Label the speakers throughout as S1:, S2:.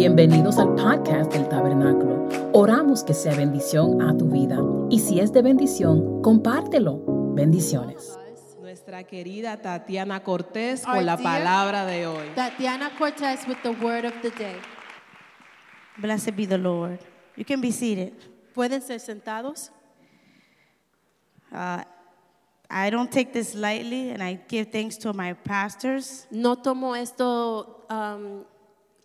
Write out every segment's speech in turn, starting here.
S1: Bienvenidos al podcast del Tabernáculo. Oramos que sea bendición a tu vida y si es de bendición, compártelo. Bendiciones.
S2: Nuestra querida Tatiana Cortés
S3: Our
S2: con la
S3: dear-
S2: palabra de hoy.
S3: Tatiana Cortez with the word of the day.
S4: Blessed be the Lord. You can be seated.
S3: ¿Pueden ser sentados?
S4: Uh, I don't take this lightly, and I give thanks to my pastors
S3: No tomo esto, um,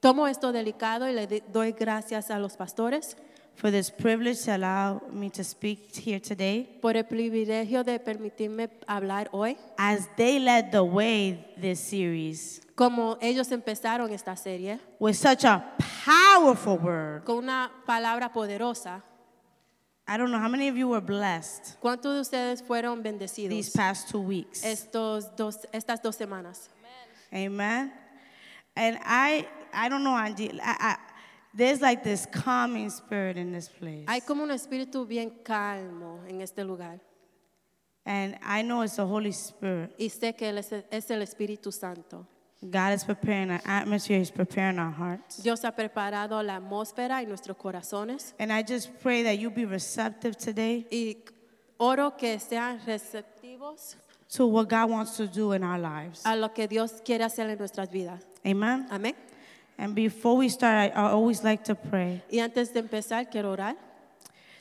S3: tomo esto delicado y le di- doy gracias a los pastores
S4: for this privilege to allow me to speak here today.
S3: por el privilegio de permitirme hablar hoy,
S4: As they led the way this series
S3: como ellos empezaron esta serie,
S4: with such a powerful word.
S3: con una palabra poderosa.
S4: I don't know how many of you were blessed
S3: ¿Cuántos de ustedes fueron
S4: these
S3: bendecidos
S4: past two weeks.
S3: estos dos, estas dos semanas?
S4: Amen. And I, I don't know, Angie. I, I, there's like this calming spirit in this place.
S3: Hay como un espíritu bien calmo en este lugar
S4: and I know it's the Holy Spirit.
S3: y sé que él es- es el Espíritu Santo.
S4: God is preparing our atmosphere, He's preparing our hearts.
S3: Dios ha preparado la atmósfera y nuestros corazones
S4: And I just pray that you be receptive today
S3: y oro que sean receptivos
S4: to what God wants to do in our lives.
S3: a lo que Dios quiere hacer en nuestras vidas.
S4: Amen.
S3: Amén.
S4: And before we start, I, I always like to pray.
S3: Y antes de empezar, quiero orar.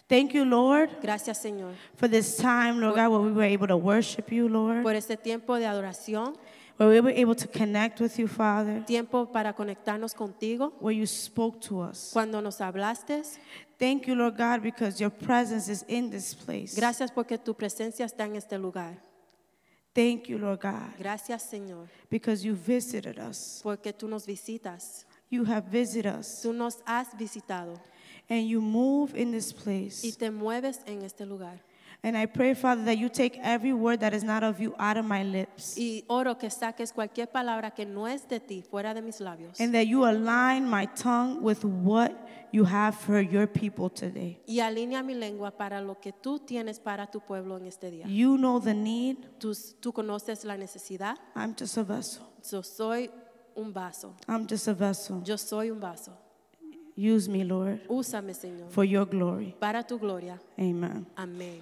S4: Thank you, Lord,
S3: Gracias, Señor,
S4: for this time, Lord God, where we were able to worship you, Lord,
S3: por este tiempo de adoración,
S4: where we were able to connect with you, Father,
S3: tiempo para conectarnos contigo,
S4: where you spoke to us.
S3: cuando nos hablaste.
S4: Thank you, Lord God, because your presence is in this place.
S3: Gracias porque tu presencia está en este lugar.
S4: Thank you, Lord God,
S3: Gracias, Señor,
S4: because you visited us.
S3: porque tú nos visitas.
S4: You have visited us.
S3: Tú nos has visitado
S4: And you move in this
S3: y
S4: place.
S3: te mueves en este lugar.
S4: And I pray, Father, that you take every word that is not of you out of my lips.
S3: Y oro que saques cualquier palabra que no es de ti fuera de mis labios.
S4: And that you align my tongue with what you have for your people today.
S3: Y alinea mi lengua para lo que tú tienes para tu pueblo en este día.
S4: You know the need.
S3: Tú, tú conoces la necesidad.
S4: I'm just a vessel.
S3: Yo soy un vaso.
S4: I'm just a vessel.
S3: Yo soy un vaso.
S4: Use me, Lord,
S3: Úsame, Señor,
S4: for your glory.
S3: para tu gloria.
S4: Amen.
S3: Amén.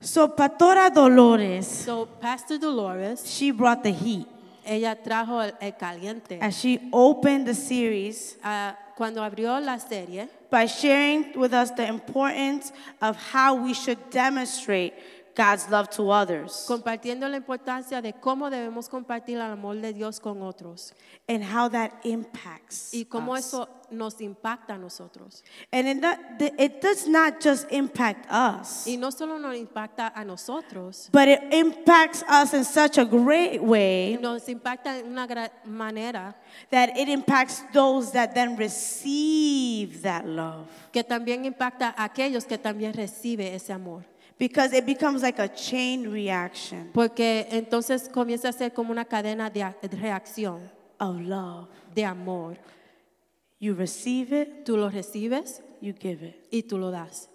S4: So, Pastora Dolores,
S3: So, Pastor Dolores,
S4: she brought the heat
S3: ella trajo el, el caliente
S4: as she opened the series
S3: ah, cuando abrió la serie
S4: by sharing with us the importance of how we should demonstrate God's love to others.
S3: compartiendo la importancia de cómo debemos compartir el amor de Dios con otros
S4: and how that impacts
S3: y cómo
S4: us.
S3: eso nos impacta a nosotros.
S4: and it, not- th- it does not just impact us
S3: Y no solo nos impacta a nosotros,
S4: but it impacts us in such a great way
S3: nos impacta en una gran manera
S4: that it impacts those that then receive that love
S3: que también impacta a aquellos que también recibe ese amor.
S4: because it becomes like a chain reaction
S3: Porque entonces comienza a ser como una cadena de a- de reacción,
S4: of love
S3: de amor.
S4: you receive it
S3: Tú lo recibes
S4: you give it
S3: y tú lo das.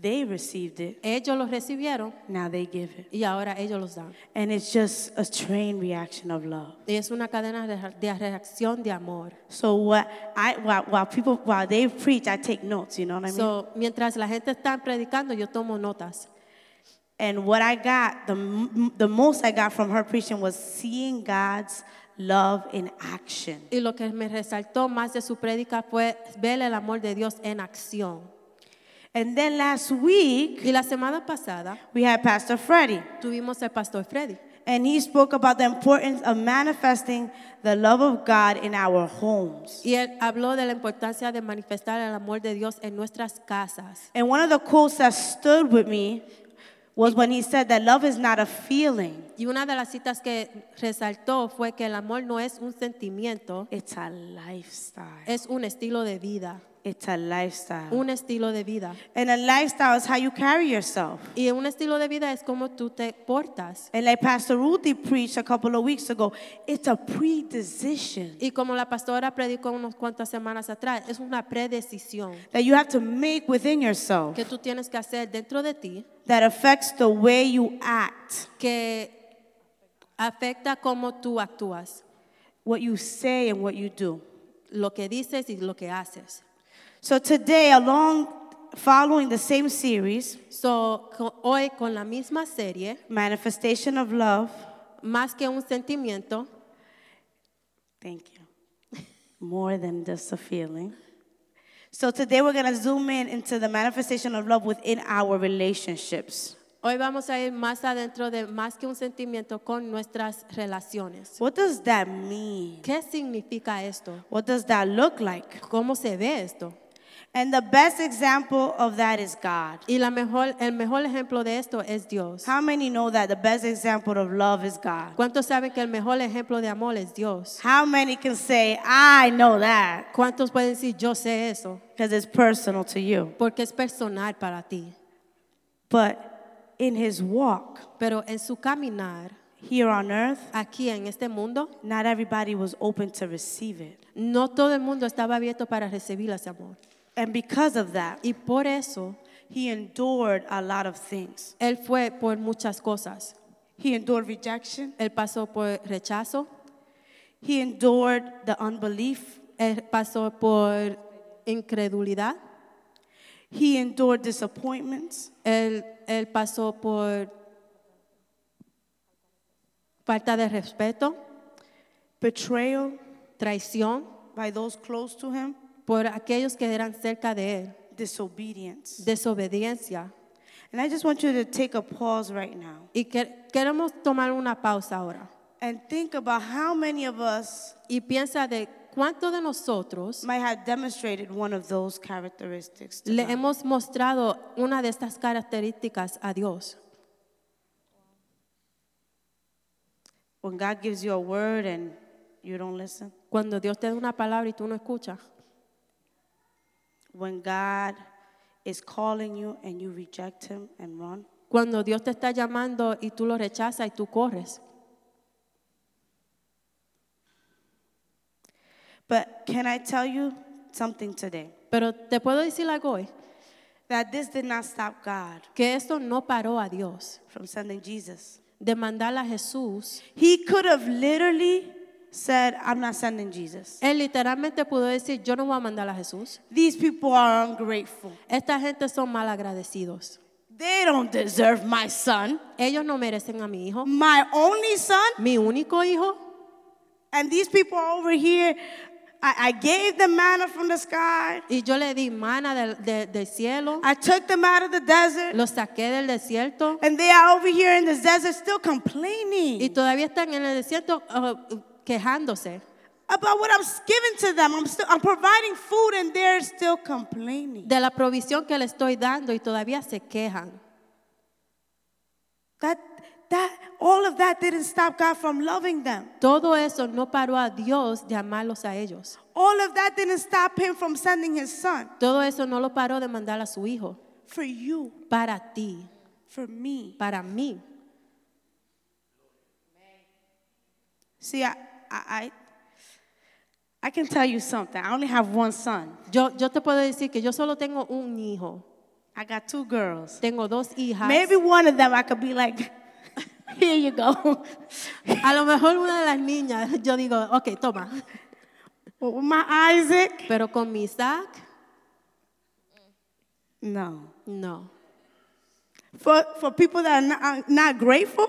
S4: they received it
S3: Ellos lo recibieron
S4: now they give it
S3: y ahora ellos los dan.
S4: and it's just a train reaction of love
S3: Y es una cadena de de reacción de amor.
S4: so what i while, while people while they preach i take notes you know what i mean
S3: So, mientras la gente está predicando, yo tomo notas.
S4: And what I got, the, m- the most I got from her preaching was seeing God's love in action.
S3: Y lo que me resaltó más de su prédica fue ver el amor de Dios en acción.
S4: And then last week,
S3: Y la semana pasada
S4: we had Pastor Freddie,
S3: tuvimos al pastor Freddy
S4: and he spoke about the importance of manifesting the love of God in our homes.
S3: y él habló de la importancia de manifestar el amor de Dios en nuestras casas.
S4: And one of the quotes that stood with me was when he said that love is not a feeling,
S3: Y una de las citas que resaltó fue que el amor no es un sentimiento,
S4: it's a lifestyle.
S3: es un estilo de vida,
S4: It's a lifestyle.
S3: un estilo de vida.
S4: And a lifestyle is how you carry yourself.
S3: Y un estilo de vida es como tú te portas.
S4: And like Pastor Ruthie preached a couple of weeks ago, it's a predecision
S3: Y como la pastora predicó unas cuantas semanas atrás, es una predecisión
S4: that you have to make within yourself
S3: que tú tienes que hacer dentro de ti
S4: that affects the way you act,
S3: que afecta cómo tú actúas,
S4: what you say, and what you do.
S3: lo que dices y lo que haces.
S4: So today, along following the same series,
S3: So, co- hoy con la misma serie,
S4: Manifestation of Love,
S3: más que un sentimiento,
S4: thank you, more than just a feeling. So today we're going to zoom in into the manifestation of love within our relationships.
S3: hoy vamos a ir más adentro de más que un sentimiento con nuestras relaciones.
S4: What does that mean?
S3: ¿Qué significa esto?
S4: What does that look like?
S3: ¿Cómo se ve esto?
S4: And the best example of that is God.
S3: Y la mejor, el mejor ejemplo de esto es Dios.
S4: How many know that the best example of love is God?
S3: ¿Cuántos saben que el mejor ejemplo de amor es Dios?
S4: How many can say, I know that?
S3: ¿Cuántos pueden decir yo sé eso?
S4: Because it's personal to you.
S3: Porque es personal para ti.
S4: But in his walk
S3: Pero en su caminar
S4: here on earth,
S3: aquí en este mundo,
S4: not everybody was open to receive it.
S3: no todo el mundo estaba abierto para recibir ese amor.
S4: And because of that,
S3: Y por eso
S4: he endured a lot of things.
S3: él fue por muchas cosas.
S4: He endured rejection,
S3: Él pasó por rechazo,
S4: he endured the unbelief,
S3: él pasó por incredulidad,
S4: he endured disappointments,
S3: él, él pasó por falta de respeto,
S4: betrayal
S3: traición
S4: by those close to him,
S3: por aquellos que eran cerca de él,
S4: disobedience.
S3: desobediencia.
S4: And I just want you to take a pause right now
S3: Y que- queremos tomar una pausa ahora.
S4: and think about how many of us
S3: Y piensa de cuántos de nosotros
S4: might have demonstrated one of those characteristics. to
S3: le
S4: God.
S3: hemos mostrado una de estas características a Dios.
S4: When God gives you a word and you don't listen,
S3: Cuando Dios te da una palabra y tú no escuchas,
S4: when God is calling you and you reject him and run,
S3: cuando Dios te está llamando y tú lo rechazas y tú corres.
S4: But can I tell you something today?
S3: Pero te puedo decir algo hoy,
S4: That this did not stop God
S3: que esto no paró a Dios
S4: from sending Jesus.
S3: de mandar a Jesús.
S4: He could have literally said, I'm not sending Jesus.
S3: Él literalmente pudo decir, yo no voy a mandar a Jesús.
S4: These people are ungrateful.
S3: Esta gente son mal agradecidos.
S4: They don't deserve my son,
S3: Ellos no merecen a mi hijo,
S4: my only son.
S3: mi único hijo.
S4: And these people are over here, I, I gave them manna from the sky,
S3: Y yo le di mana del, de- del cielo,
S4: I took them out of the desert,
S3: los saqué del desierto.
S4: and they are over here in the desert still
S3: Y
S4: complaining
S3: todavía están en el desierto uh, quejándose
S4: about what I'm giving to them. I'm, still, I'm providing food, and they're still complaining.
S3: de la provisión que le estoy dando y todavía se quejan.
S4: That that all of that didn't stop God from loving them.
S3: Todo eso no paró a Dios de amarlos a ellos.
S4: All of that didn't stop him from sending his son
S3: Todo eso no lo paró de mandar a su hijo.
S4: for you,
S3: Para ti,
S4: for me.
S3: para mí.
S4: See, I I I, I can tell you something. I only have one son.
S3: Yo, yo te puedo decir que yo solo tengo un hijo.
S4: I got two girls.
S3: Tengo dos hijas.
S4: Maybe one of them I could be like, here you go.
S3: A lo mejor una de las niñas, yo digo, ok, toma.
S4: but with my Isaac,
S3: Pero con mi Isaac,
S4: no.
S3: no.
S4: For for people that are not, are not grateful,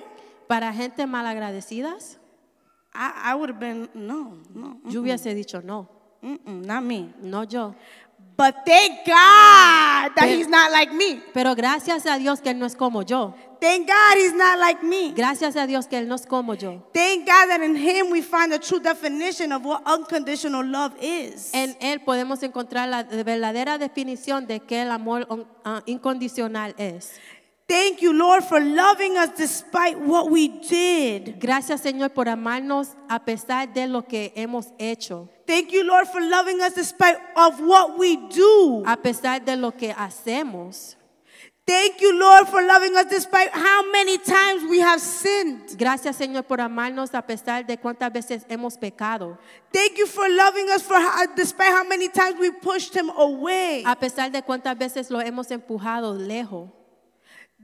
S3: Para gente malagradecidas,
S4: I, I would have been no, no,
S3: yo hubiese dicho no.
S4: mm-mm, not me.
S3: No yo.
S4: But thank God that
S3: Pero-
S4: he's not like me.
S3: Pero gracias a Dios que Él no es como yo.
S4: Thank God he's not like me.
S3: Gracias a Dios que Él no es como yo.
S4: Thank God that in him we find the true definition of what unconditional love is.
S3: En Él podemos encontrar la verdadera definición de qué el amor um, ah, incondicional es.
S4: thank you, Lord, for loving us despite what we did.
S3: Gracias Señor por amarnos a pesar de lo que hemos hecho,
S4: Thank you, Lord, for loving us despite of what we do.
S3: a pesar de lo que hacemos.
S4: thank you, Lord, for loving us despite how many times we have sinned.
S3: Gracias Señor por amarnos a pesar de cuántas veces hemos pecado,
S4: Thank you for loving us for how, despite how many times we pushed him away.
S3: a pesar de cuántas veces lo hemos empujado lejos.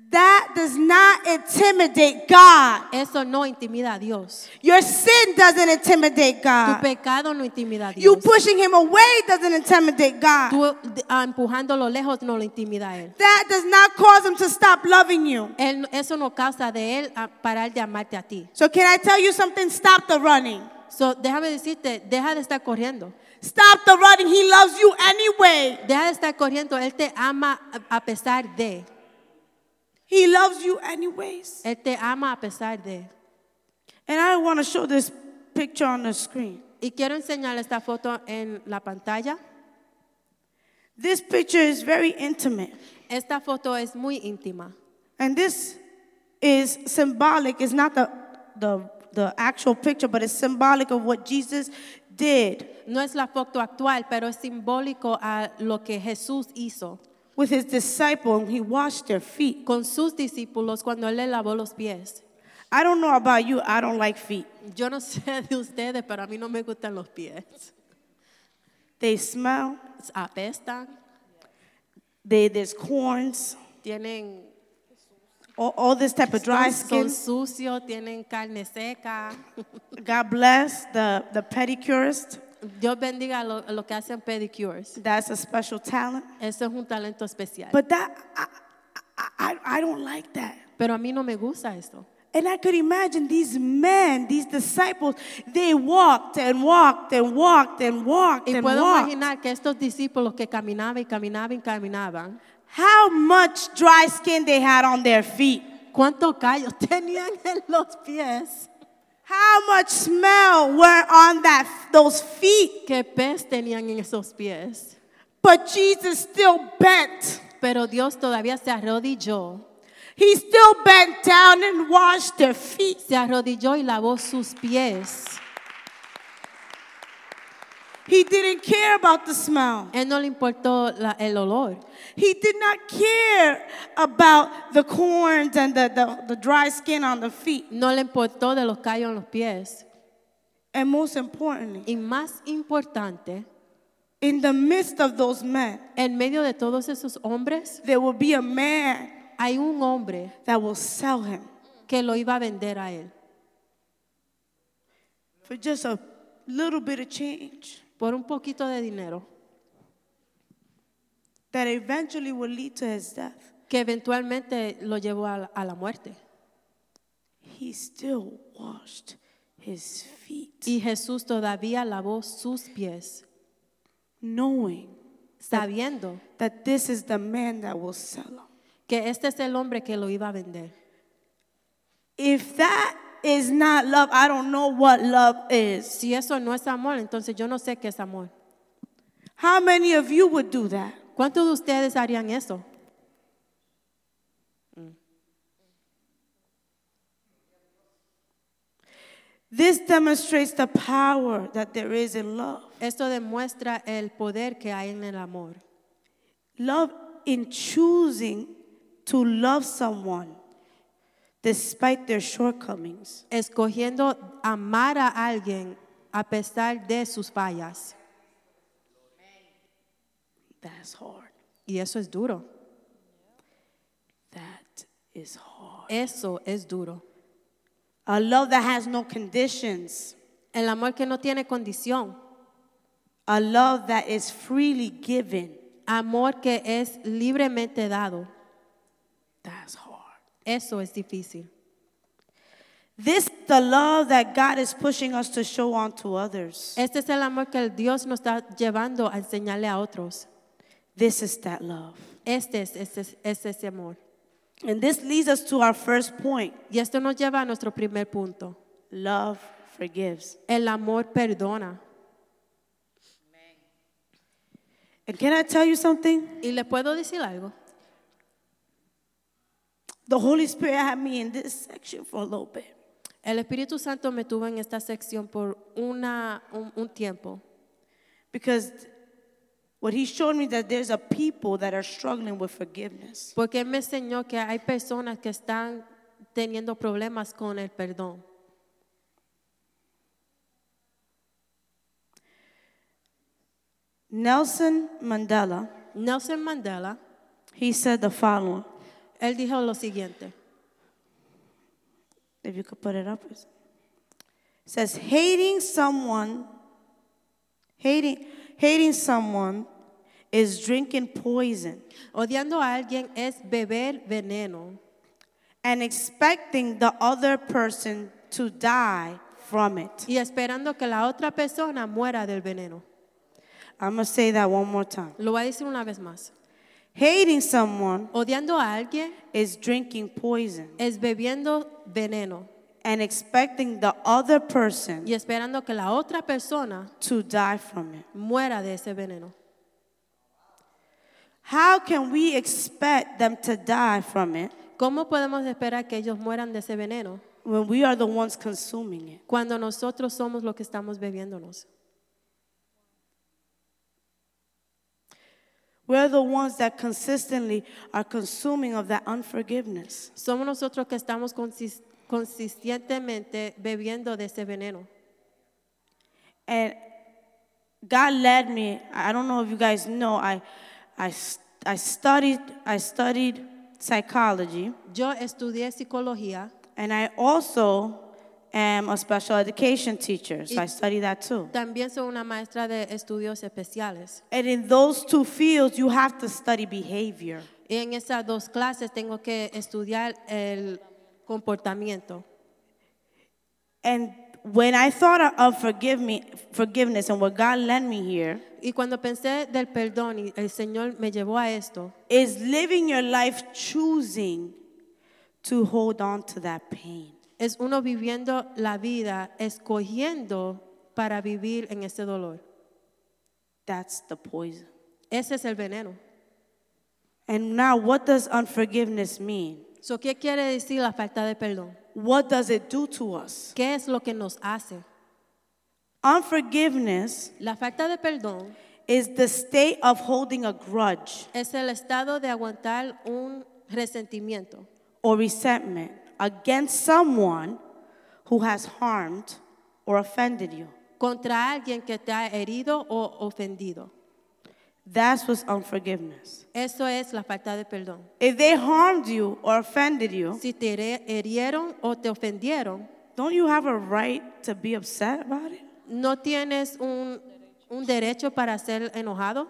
S4: That does not intimidate God.
S3: Eso no intimida a Dios.
S4: Your sin doesn't intimidate
S3: Tu
S4: God.
S3: pecado no intimida a Dios.
S4: Ah. You pushing him away doesn't intimidate God.
S3: Tú d- ah, empujándolo lejos no lo intimida a Él.
S4: That does not cause him to stop loving you.
S3: Él- Eso no causa de Él a parar de amarte a ti.
S4: So, can I tell you something? Stop the running.
S3: So, déjame decirte, deja de estar corriendo.
S4: Stop the running. He loves you anyway.
S3: Deja de estar corriendo. Él te ama a- a pesar de.
S4: He loves you anyways.
S3: Él te ama a pesar de.
S4: And I want to show this picture on the screen.
S3: Y quiero enseñar esta foto en la pantalla.
S4: This picture is very intimate.
S3: Esta foto es muy íntima.
S4: And this is symbolic. It's not the, the, the actual picture, but it's symbolic of what Jesus did
S3: No es la foto actual, pero es simbólico a lo que Jesús hizo
S4: with his disciple and he washed their feet.
S3: con sus discípulos cuando él le lavó los pies.
S4: I don't know about you, I don't like feet.
S3: Yo no sé de ustedes, pero a mí no me gustan los pies.
S4: They smell,
S3: Apestan,
S4: they, there's corns,
S3: tienen
S4: all, all this type of dry skin.
S3: son sucios, tienen carne seca.
S4: God bless the, the pedicurist.
S3: Dios bendiga a lo- a los que hacen pedicures.
S4: That's a special talent.
S3: Eso es un talento especial.
S4: But that, I, I, I, I don't like that.
S3: pero a mí no me gusta esto.
S4: And I could imagine these men, these disciples, they walked and walked and walked and walked
S3: Y
S4: and
S3: puedo
S4: walked.
S3: imaginar que estos discípulos que caminaban y caminaban y caminaban,
S4: How much dry skin they had on their feet.
S3: ¿cuántos callos tenían en los pies?
S4: How much smell were on that those feet.
S3: ¿Qué pez tenían en esos pies?
S4: But Jesus still bent.
S3: Pero Dios todavía se arrodilló,
S4: He still bent down and washed their feet.
S3: se arrodilló y lavó sus pies.
S4: He didn't care about the smell.
S3: Él no le importó la- el olor.
S4: He did not care about the corns and the, the, the dry skin on the feet.
S3: No le importó de los callos en los pies.
S4: And most importantly,
S3: Y más importante,
S4: in the midst of those men,
S3: en medio de todos esos hombres,
S4: there will be a man
S3: hay un hombre
S4: that will sell him
S3: que lo iba a vender a él
S4: for just a little bit of change
S3: por un poquito de dinero
S4: that eventually will lead to his death.
S3: que eventualmente lo llevó a la, a la muerte.
S4: He still washed his feet,
S3: Y Jesús todavía lavó sus pies,
S4: knowing
S3: sabiendo
S4: that this is the man that will sell him.
S3: que este es el hombre que lo iba a vender.
S4: If that is not love, I don't know what love is.
S3: Si eso no es amor, entonces yo no sé qué es amor.
S4: How many of you would do that?
S3: ¿Cuántos de ustedes harían eso?
S4: This demonstrates the power that there is in love.
S3: Esto demuestra el poder que hay en el amor.
S4: Love in choosing to love someone despite their shortcomings.
S3: Escogiendo amar a alguien a pesar de sus fallas.
S4: That's hard.
S3: Y eso es duro.
S4: That is hard.
S3: Eso es duro.
S4: A love that has no conditions.
S3: El amor que no tiene condición.
S4: A love that is freely given.
S3: Amor que es libremente dado.
S4: That's hard.
S3: Eso es difícil.
S4: This the love that God is pushing us to show on to others.
S3: Este es el amor que el Dios nos está llevando a enseñarle a otros.
S4: This is that love.
S3: Este es, este es- este es ese amor.
S4: And this leads us to our first point.
S3: Y esto nos lleva a nuestro primer punto.
S4: Love forgives.
S3: El amor perdona.
S4: And can I tell you something?
S3: Y le puedo decir algo.
S4: The Holy Spirit had me in this section for a little bit.
S3: El Espíritu Santo me tuvo en esta sección por una, un, un tiempo.
S4: Because what he showed me that there's a people that are struggling with forgiveness.
S3: Porque Él me enseñó que hay personas que están teniendo problemas con el perdón.
S4: Nelson Mandela,
S3: Nelson Mandela,
S4: he said the following.
S3: Él dijo lo siguiente.
S4: If you could put it up. It says hating someone, hating, hating someone is drinking poison
S3: Odiando a alguien es beber veneno
S4: and expecting the other person to die from it.
S3: y esperando que la otra persona muera del veneno.
S4: I'm gonna say that one more time.
S3: Lo voy a decir una vez más.
S4: Hating someone
S3: Odiando a alguien
S4: is drinking poison
S3: es bebiendo veneno
S4: and expecting the other person
S3: y esperando que la otra persona
S4: to die from it.
S3: muera de ese veneno.
S4: How can we expect them to die from it
S3: ¿Cómo podemos esperar que ellos mueran de ese veneno
S4: when we are the ones consuming it?
S3: cuando nosotros somos los que estamos bebiéndonos?
S4: We're the ones that consistently are consuming of that unforgiveness.
S3: Somos nosotros que estamos consis- consistentemente bebiendo de ese veneno.
S4: And God led me. I I don't know if you guys know. I, I, s- I studied. I studied psychology,
S3: Yo estudié psicología,
S4: and I also am a special education teacher. So I study that too.
S3: también soy una maestra de estudios especiales.
S4: And in those two fields, you have to study behavior.
S3: Y en esas dos clases tengo que estudiar el comportamiento.
S4: And when I thought of- of forgive me, forgiveness and what God led me here
S3: Y cuando pensé del perdón y el Señor me llevó a esto,
S4: is living your life choosing to hold on to that pain.
S3: es uno viviendo la vida, escogiendo para vivir en ese dolor.
S4: That's the poison.
S3: Ese es el veneno.
S4: And now, what does unforgiveness mean?
S3: So, ¿Qué quiere decir la falta de perdón?
S4: What does it do to us?
S3: ¿Qué es lo que nos hace?
S4: Unforgiveness
S3: La falta de perdón
S4: is the state of holding a grudge
S3: es el estado de aguantar un resentimiento
S4: or resentment against someone who has harmed or offended you.
S3: contra alguien que te ha herido o ofendido.
S4: That's what's unforgiveness.
S3: Eso es la falta de perdón.
S4: If they harmed you or offended you,
S3: Si te here- herieron o te ofendieron,
S4: don't you have a right to be upset about it?
S3: no tienes un, un derecho para ser enojado.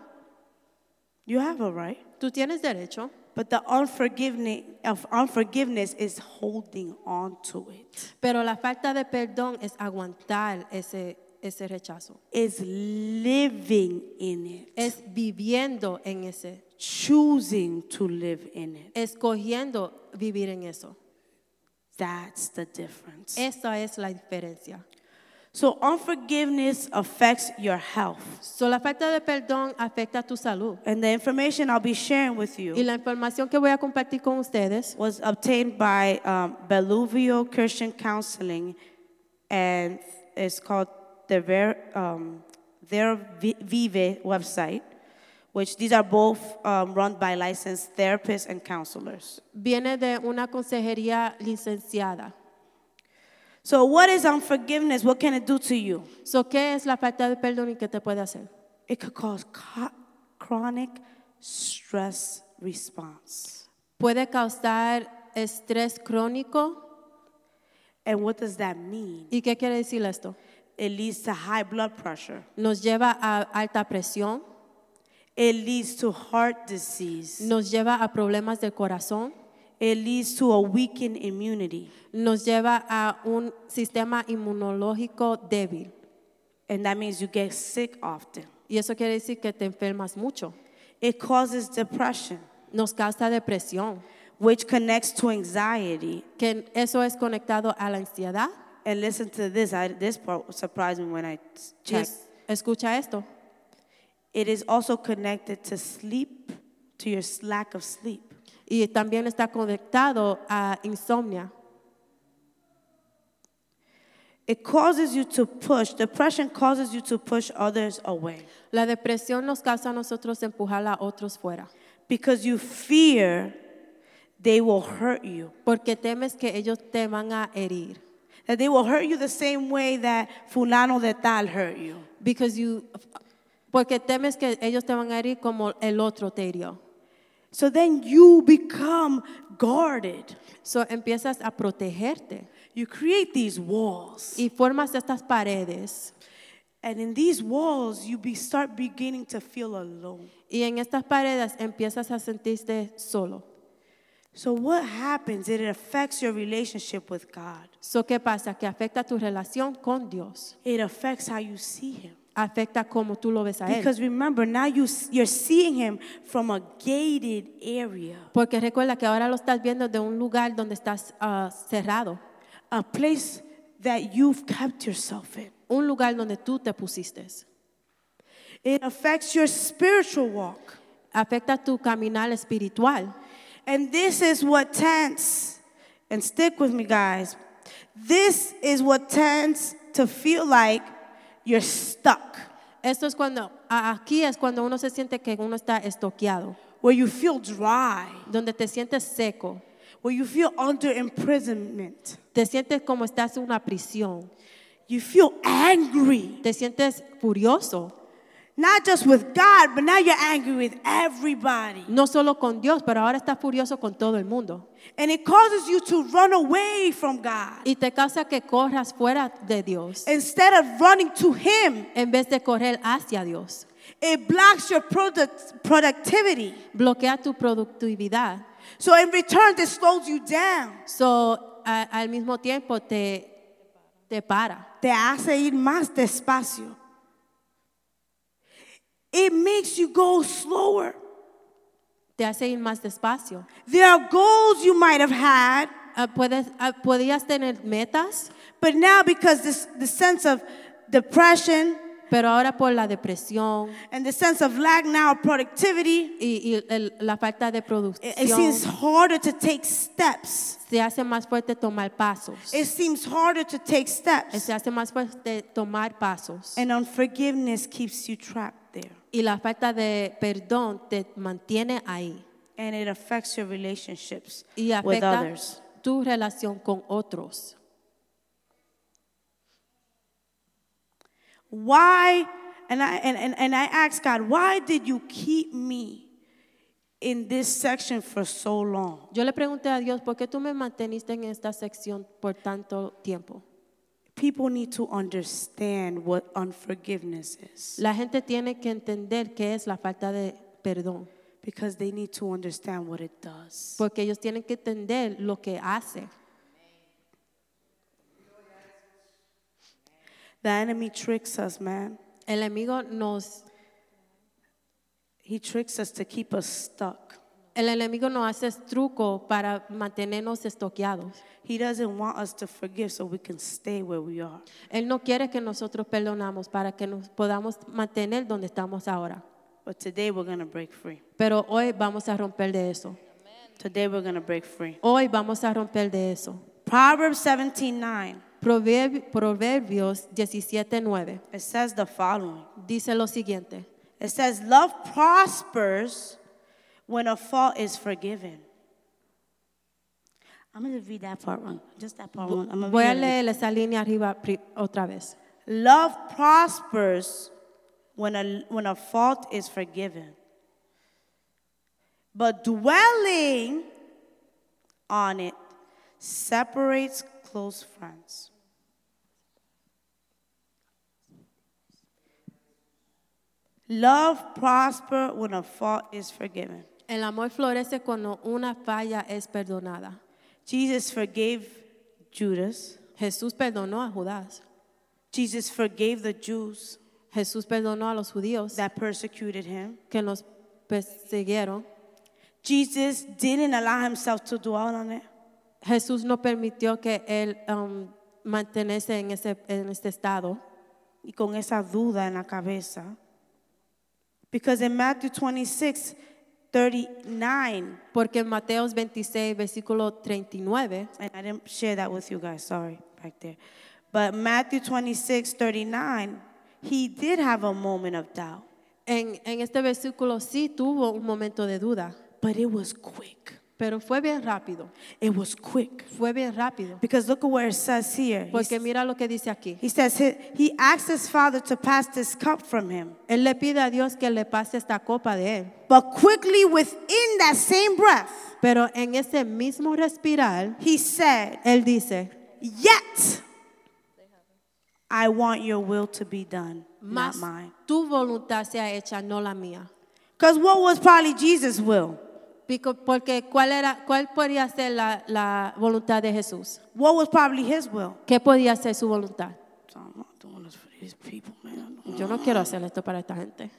S4: You have a right.
S3: Tú tienes derecho,
S4: But the unforgiveness of unforgiveness is holding on to it.
S3: pero la falta de perdón es aguantar ese, ese rechazo.
S4: It's living in it.
S3: Es viviendo en ese,
S4: choosing to live in it.
S3: escogiendo vivir en eso.
S4: That's the difference.
S3: Esa es la diferencia.
S4: So unforgiveness affects your health.
S3: So, la falta de perdón afecta tu salud.
S4: And the information I'll be sharing with
S3: Y
S4: you
S3: la información que voy a compartir con ustedes
S4: was obtained by um, Beluvio Christian Counseling, and it's called the Ver, um, their Vi- Vive website, which these are both um, run by licensed therapists and counselors.
S3: viene de una consejería licenciada.
S4: So what is unforgiveness? What can it do to you?
S3: So, ¿Qué es la falta de perdón y qué te puede hacer?
S4: It could cause co- chronic stress response.
S3: Puede causar estrés crónico.
S4: And what does that mean?
S3: ¿Y qué quiere decir esto?
S4: It leads to high blood pressure.
S3: Nos lleva a alta presión,
S4: It leads to heart disease.
S3: nos lleva a problemas del corazón,
S4: It leads to a weakened immunity.
S3: nos lleva a un sistema inmunológico débil.
S4: And that means you get sick often.
S3: Y eso quiere decir que te enfermas mucho.
S4: It causes depression,
S3: Nos causa depresión,
S4: which connects to anxiety.
S3: que eso es conectado a la ansiedad.
S4: And listen to this. I, this part surprised me when I s-
S3: Y
S4: checked.
S3: es- escucha esto.
S4: It is also connected to sleep, to your s- lack of sleep.
S3: Y también está conectado a insomnia.
S4: It causes you to push. Depression causes you to push others away
S3: La depresión nos causa a nosotros empujar a otros fuera,
S4: because you fear they will hurt you.
S3: porque temes que ellos te van a herir.
S4: That they will hurt you the same way that fulano de tal hurt you.
S3: Because you, porque temes que ellos te van a herir como el otro te hirió.
S4: So then you become guarded.
S3: So empiezas a protegerte
S4: You create these walls.
S3: y formas estas paredes.
S4: And in these walls, you be, start beginning to feel alone.
S3: Y en estas paredes empiezas a sentirte solo.
S4: So what happens? It affects your relationship with God.
S3: So, ¿Qué pasa? Que afecta tu relación con Dios.
S4: It affects how you see Him.
S3: Afecta cómo tú lo ves a Él.
S4: Because remember, now you, s- you're seeing Him from a gated area,
S3: Porque recuerda que ahora lo estás viendo de un lugar donde estás ah, cerrado.
S4: a place that you've kept yourself in.
S3: Un lugar donde tú te pusiste.
S4: It affects your spiritual walk.
S3: Afecta tu caminar espiritual.
S4: And this is what tends, and stick with me, guys. This is what tends to feel like you're stuck,
S3: Esto es cuando, a- aquí es cuando uno se siente que uno está estoqueado,
S4: where you feel dry,
S3: donde te sientes seco,
S4: where you feel under imprisonment.
S3: te sientes como estás en una prisión,
S4: You feel angry,
S3: te sientes furioso,
S4: not just with God, but now you're angry with everybody.
S3: no solo con Dios, pero ahora estás furioso con todo el mundo.
S4: And it causes you to run away from God
S3: Y te causa que corras fuera de Dios
S4: instead of running to Him.
S3: en vez de correr hacia Dios.
S4: It blocks your product, productivity.
S3: Bloquea tu productividad.
S4: So in return, this slows you down.
S3: So, a- al mismo tiempo te, te para.
S4: te hace ir más despacio. It makes you go slower.
S3: Te hace ir más despacio.
S4: There are goals you might have had,
S3: Ah, puedes, ah, podías tener metas,
S4: but now because this the sense of depression
S3: pero ahora por la depresión
S4: and the sense of lack now of productivity,
S3: y, y el- la falta
S4: Eh,
S3: de producción
S4: it, it seems harder to take steps.
S3: se hace más fuerte tomar pasos. Eh,
S4: It seems harder to take steps.
S3: se hace más fuerte tomar pasos.
S4: And unforgiveness keeps you trapped there.
S3: Y la falta de perdón te mantiene ahí
S4: And it affects your relationships
S3: y
S4: with
S3: afecta
S4: others.
S3: tu relación con otros.
S4: Why? And I and, and, and I asked God, why did you keep me in this section for so long?
S3: Yo le pregunté a Dios, ¿por qué tú me manteniste en esta sección por tanto tiempo?
S4: People need to understand what unforgiveness is
S3: La gente tiene que entender qué es la falta de perdón,
S4: because they need to understand what it does.
S3: porque ellos tienen que entender lo que hace.
S4: The enemy tricks us, man.
S3: El enemigo nos,
S4: He tricks us to keep us stuck.
S3: el enemigo nos hace truco para mantenernos estoqueados.
S4: He doesn't want us to forgive so we can stay where we are.
S3: Él no quiere que nosotros perdonamos para que nos podamos mantener donde estamos ahora.
S4: But today we're going to break free.
S3: Pero hoy vamos a romper de eso.
S4: Today we're going to break free.
S3: Hoy vamos a romper de eso.
S4: Proverbs 17:9
S3: Proverb- Proverbios 17:9
S4: it says the following.
S3: dice lo siguiente:
S4: It says, Love prospers when a fault is forgiven. I'm going to read that part one. Just that part one. I'm gonna
S3: Voy a
S4: read it.
S3: leer esa línea arriba pri- otra vez.
S4: Love prospers when a, when a fault is forgiven. But dwelling on it separates close friends. Love prosper when a fault is forgiven.
S3: El amor florece cuando una falla es perdonada.
S4: Jesus forgave Judas.
S3: Jesús perdonó a Judas.
S4: Jesus forgave the Jews
S3: Jesús perdonó a los judíos
S4: that persecuted him.
S3: que nos persiguieron.
S4: Jesus didn't allow himself to dwell on it.
S3: Jesús no permitió que él um, mantenerse en, ese, en este estado.
S4: Y con esa duda en la cabeza. Because in Matthew 26, 39,
S3: Porque en Mateos 26, versículo 39,
S4: and I didn't share that with you guys, sorry, back there. But Matthew 26, 39, he did have a moment of doubt,
S3: en, en este versículo sí tuvo un momento de duda,
S4: but it was quick.
S3: Pero fue bien rápido.
S4: It was quick.
S3: Fue bien rápido.
S4: Because look at where it says here. He
S3: Porque
S4: s-
S3: mira lo que dice aquí.
S4: He says he, he asked his father to pass this cup from him.
S3: Él le pide a Dios que le pase esta copa de él.
S4: But quickly within that same breath,
S3: Pero en ese mismo respirar,
S4: he said,
S3: él dice,
S4: Yet I want your will to be done, not
S3: más
S4: mine.
S3: tu voluntad sea hecha, no la mía.
S4: Because what was probably Jesus' will?
S3: Pico- Porque cuál era, cuál podía ser la, la voluntad de Jesús.
S4: What was probably his will?
S3: ¿Qué podía ser su voluntad?
S4: So I'm not doing this for these people, man.
S3: Yo no quiero hacer esto para esta gente.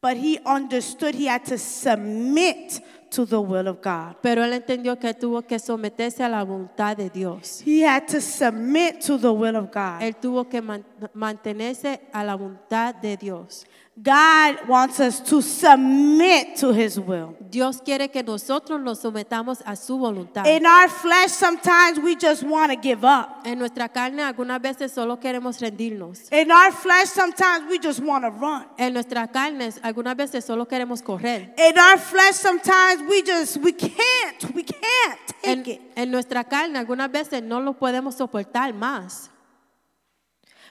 S4: But he understood he had to submit to the will of God.
S3: Pero él entendió que tuvo que someterse a la voluntad de Dios.
S4: He had to submit to the will of God.
S3: Él tuvo que man- mantenerse a la voluntad de Dios.
S4: God wants us to submit to his will.
S3: Dios quiere que nosotros nos sometamos a su voluntad.
S4: In our flesh, sometimes we just want to give up.
S3: En nuestra carne algunas veces solo queremos rendirnos.
S4: In our flesh, sometimes we just want to run.
S3: En nuestras carnes algunas veces solo queremos correr.
S4: In our flesh, sometimes we just we can't, we can't
S3: En,
S4: take it.
S3: en nuestra carne algunas veces no lo podemos soportar más.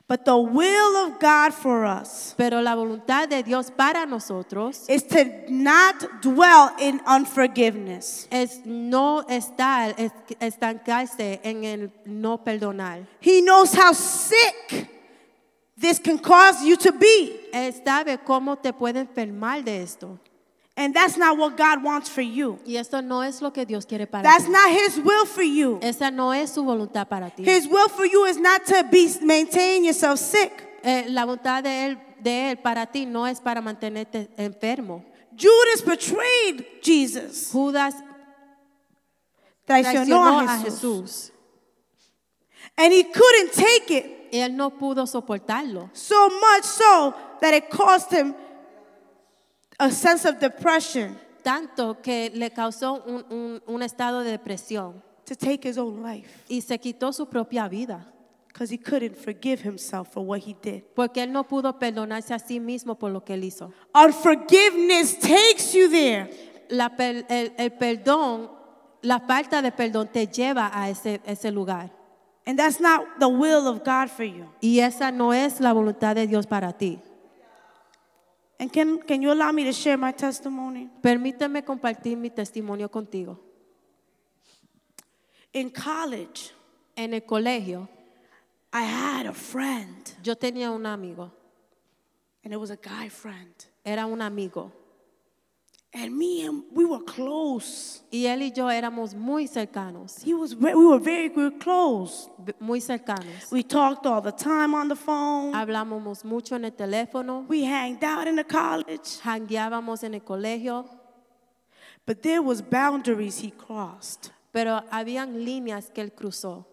S4: But the will of God for us
S3: Pero la voluntad de Dios para nosotros
S4: is to not dwell in unforgiveness.
S3: es no estar, es- estancarse en el no perdonar.
S4: He knows how sick this can cause you to be,
S3: Él sabe cómo te puede enfermar de esto.
S4: and that's not what God wants for you.
S3: Y esto no es lo que Dios quiere para
S4: That's
S3: ti.
S4: not His will for you.
S3: Esa no es su voluntad para ti.
S4: His will for you is not to be maintain yourself sick.
S3: Eh, la voluntad de él, de él para ti no es para mantenerte enfermo.
S4: Judas betrayed Jesus.
S3: Judas
S4: Traicionó
S3: traicionó a
S4: Jesús.
S3: Jesús
S4: And he couldn't take it.
S3: y él no pudo soportarlo.
S4: So much so that it caused him a sense of depression
S3: Tanto que le causó un, un- un estado de depresión
S4: to take his own life
S3: y se quitó su propia vida
S4: because he couldn't forgive himself for what he did.
S3: porque él no pudo perdonarse a sí mismo por lo que él hizo.
S4: Unforgiveness takes you there.
S3: La per- el, el perdón, la falta de perdón te lleva a ese, ese lugar
S4: And that's not the will of God for you.
S3: y esa no es la voluntad de Dios para ti.
S4: And can, can you allow me to share my testimony?
S3: Permíteme compartir mi testimonio contigo.
S4: In college,
S3: En el colegio
S4: I had a friend,
S3: yo tenía un amigo,
S4: and it was a guy friend.
S3: era un amigo,
S4: And me and we were close.
S3: y él y yo éramos muy cercanos,
S4: He was ve- we were very we were close.
S3: b- muy cercanos.
S4: We talked all the time on the phone.
S3: Hablábamos mucho en el teléfono,
S4: We hanged out in the college,
S3: jangueábamos en el colegio,
S4: but there was boundaries he crossed.
S3: pero habían líneas que él cruzó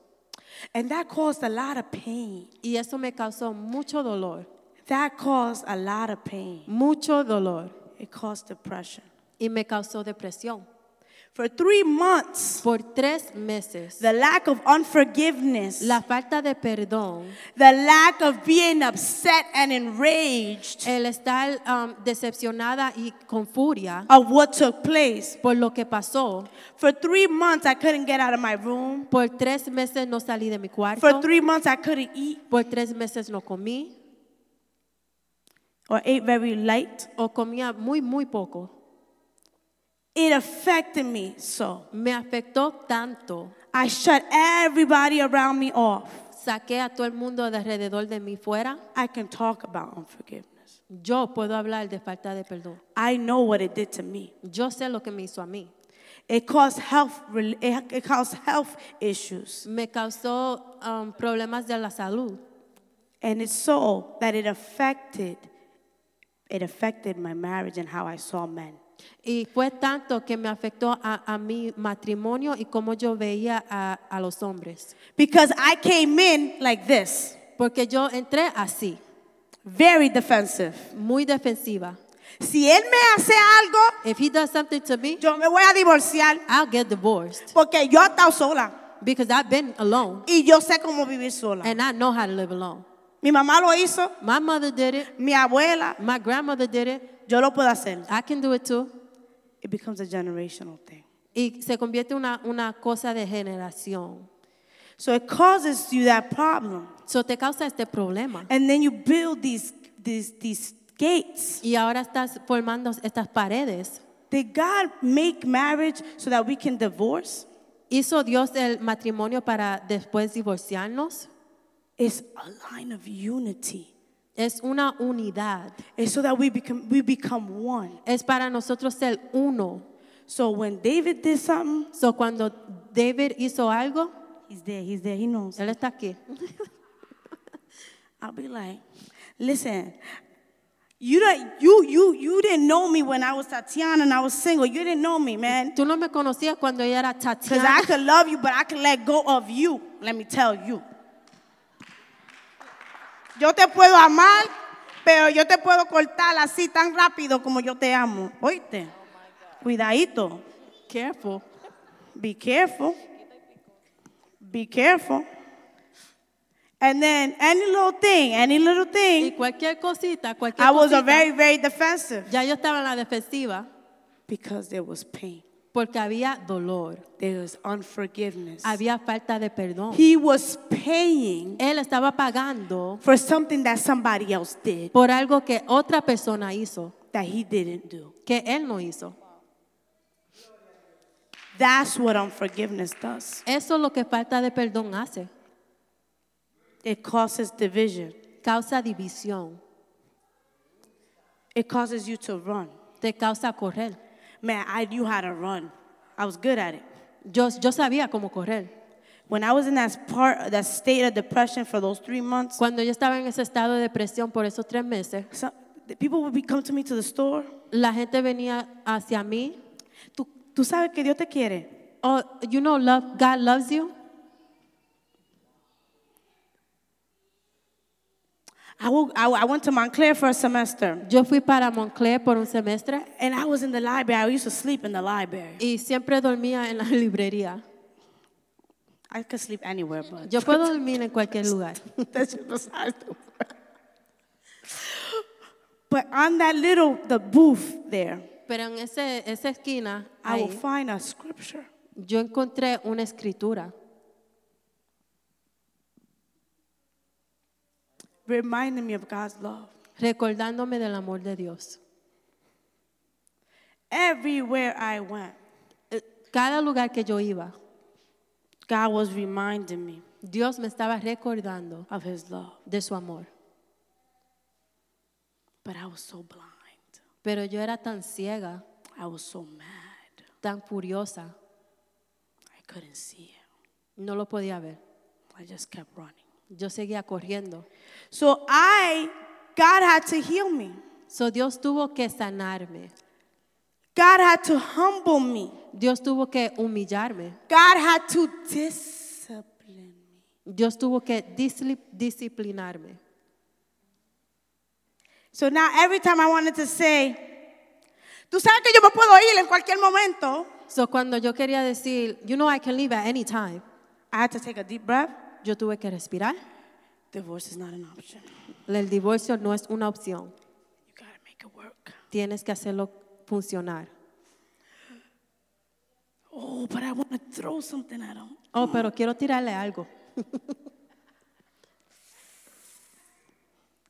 S4: And that caused a lot of pain.
S3: y eso me causó mucho dolor,
S4: That caused a lot of pain.
S3: mucho dolor
S4: It caused depression.
S3: y me causó depresión.
S4: For three months,
S3: Por tres meses,
S4: the lack of unforgiveness,
S3: la falta de perdón,
S4: the lack of being upset and enraged
S3: el estar um, decepcionada y con furia
S4: of what took place.
S3: por lo que pasó,
S4: For three months, I couldn't get out of my room.
S3: Por tres meses no salí de mi cuarto.
S4: For three months, I couldn't eat
S3: por tres meses no comí
S4: or ate very light.
S3: o comía muy, muy poco.
S4: It affected me so.
S3: Me afectó tanto.
S4: I shut everybody around me off.
S3: Saqué a todo el mundo de alrededor de mí fuera.
S4: I can talk about unforgiveness.
S3: Yo puedo hablar de falta de perdón.
S4: I know what it did to me.
S3: Yo sé lo que me hizo a mí.
S4: It caused health. rel- It it caused health issues,
S3: Me causó um, problemas de la salud
S4: and it's so that it affected. It affected my marriage and how I saw men.
S3: y fue tanto que me afectó a, a mi matrimonio y cómo yo veía a, a los hombres.
S4: Because I came in like this,
S3: Porque yo entré así,
S4: very defensive.
S3: muy defensiva.
S4: Si él me hace algo,
S3: If he does something to me,
S4: yo me voy a divorciar
S3: I'll get divorced.
S4: porque yo he estado sola
S3: Because I've been alone
S4: y yo sé cómo vivir sola.
S3: and I know how to live alone.
S4: Mi mamá lo hizo,
S3: My mother did it,
S4: mi abuela,
S3: my grandmother did it,
S4: yo lo puedo hacer.
S3: I can do it too.
S4: It becomes a generational thing.
S3: y se convierte en una, una cosa de generación.
S4: So it causes you that problem.
S3: So te causa este problema.
S4: And then you build these, these, these gates.
S3: Y ahora estás formando estas paredes.
S4: Did God make marriage so that we can divorce?
S3: ¿Hizo Dios el matrimonio para después divorciarnos?
S4: It's a line of unity.
S3: Es una unidad.
S4: It's so that we become, we become one.
S3: Es para nosotros ser uno.
S4: So when David did something,
S3: So cuando David hizo algo,
S4: he's there, he's there, he knows.
S3: él está aquí.
S4: I'll be like, listen, you don't, you you you didn't know me when I was Tatiana and I was single. You didn't know me, man.
S3: Tú no me conocías cuando ella era
S4: Because I
S3: Tatiana.
S4: could love you, but I could let go of you. Let me tell you. Yo te puedo amar, pero yo te puedo cortar así tan rápido como yo te amo. Oíste. Cuidadito.
S3: Careful.
S4: Be careful. Be careful. And then any little thing, any little
S3: Y
S4: thing,
S3: cualquier cosita, cualquier
S4: I was a
S3: cosita.
S4: very, very defensive
S3: Ya yo estaba en la defensiva
S4: because there was pain.
S3: porque había dolor,
S4: There was unforgiveness.
S3: había falta de perdón.
S4: He was paying
S3: Él estaba pagando
S4: for something that somebody else did
S3: por algo que otra persona hizo,
S4: that he didn't do.
S3: que él no hizo.
S4: That's what unforgiveness does.
S3: Eso es lo que falta de perdón hace.
S4: It causes division.
S3: Causa división,
S4: It causes you to run.
S3: te causa correr.
S4: Man, I knew how to run. I was good at it.
S3: Yo, yo sabía cómo correr.
S4: When I was in that part, that state of depression for those three months,
S3: Cuando yo estaba en ese estado de depresión por esos tres meses,
S4: Some, the people would be come to me to the store.
S3: la gente venía hacia mí.
S4: Tú, tú sabes que Dios te quiere.
S3: Oh, you know, love, God loves you.
S4: I, will, I, I went to Montclair for a semester,
S3: Yo fui para Montclair por un semestre
S4: and I was in the library. I used to sleep in the library.
S3: y siempre dormía en la librería.
S4: I could sleep anywhere, but
S3: Yo puedo dormir en cualquier lugar.
S4: that's just besides the point. But on that little the booth there,
S3: Pero en ese, esa esquina,
S4: I will
S3: ahí,
S4: find a scripture.
S3: yo encontré una escritura.
S4: Reminding me of God's love.
S3: recordándome del amor de Dios.
S4: Everywhere I went,
S3: Eh, Cada lugar que yo iba,
S4: God was reminding me
S3: Dios me estaba recordando
S4: of His love.
S3: de su amor.
S4: But I was so blind.
S3: Pero yo era tan ciega,
S4: I was so mad.
S3: tan furiosa,
S4: I couldn't see it.
S3: no lo podía ver.
S4: I just kept running.
S3: Yo seguía corriendo.
S4: So I, God had to heal me.
S3: So Dios tuvo que sanarme.
S4: God had to humble me.
S3: Dios tuvo que humillarme.
S4: God had to discipline me.
S3: Dios tuvo que disli- disciplinarme.
S4: So now every time I wanted to say, tú sabes que yo me puedo ir en cualquier momento.
S3: So cuando yo quería decir, you know I can leave at any time,
S4: I had to take a deep breath.
S3: yo tuve que respirar.
S4: Divorce is not an option. You
S3: El divorcio no es una opción.
S4: gotta make it work.
S3: Tienes que hacerlo funcionar.
S4: Oh, but I want to throw something at him.
S3: Oh, pero quiero tirarle algo.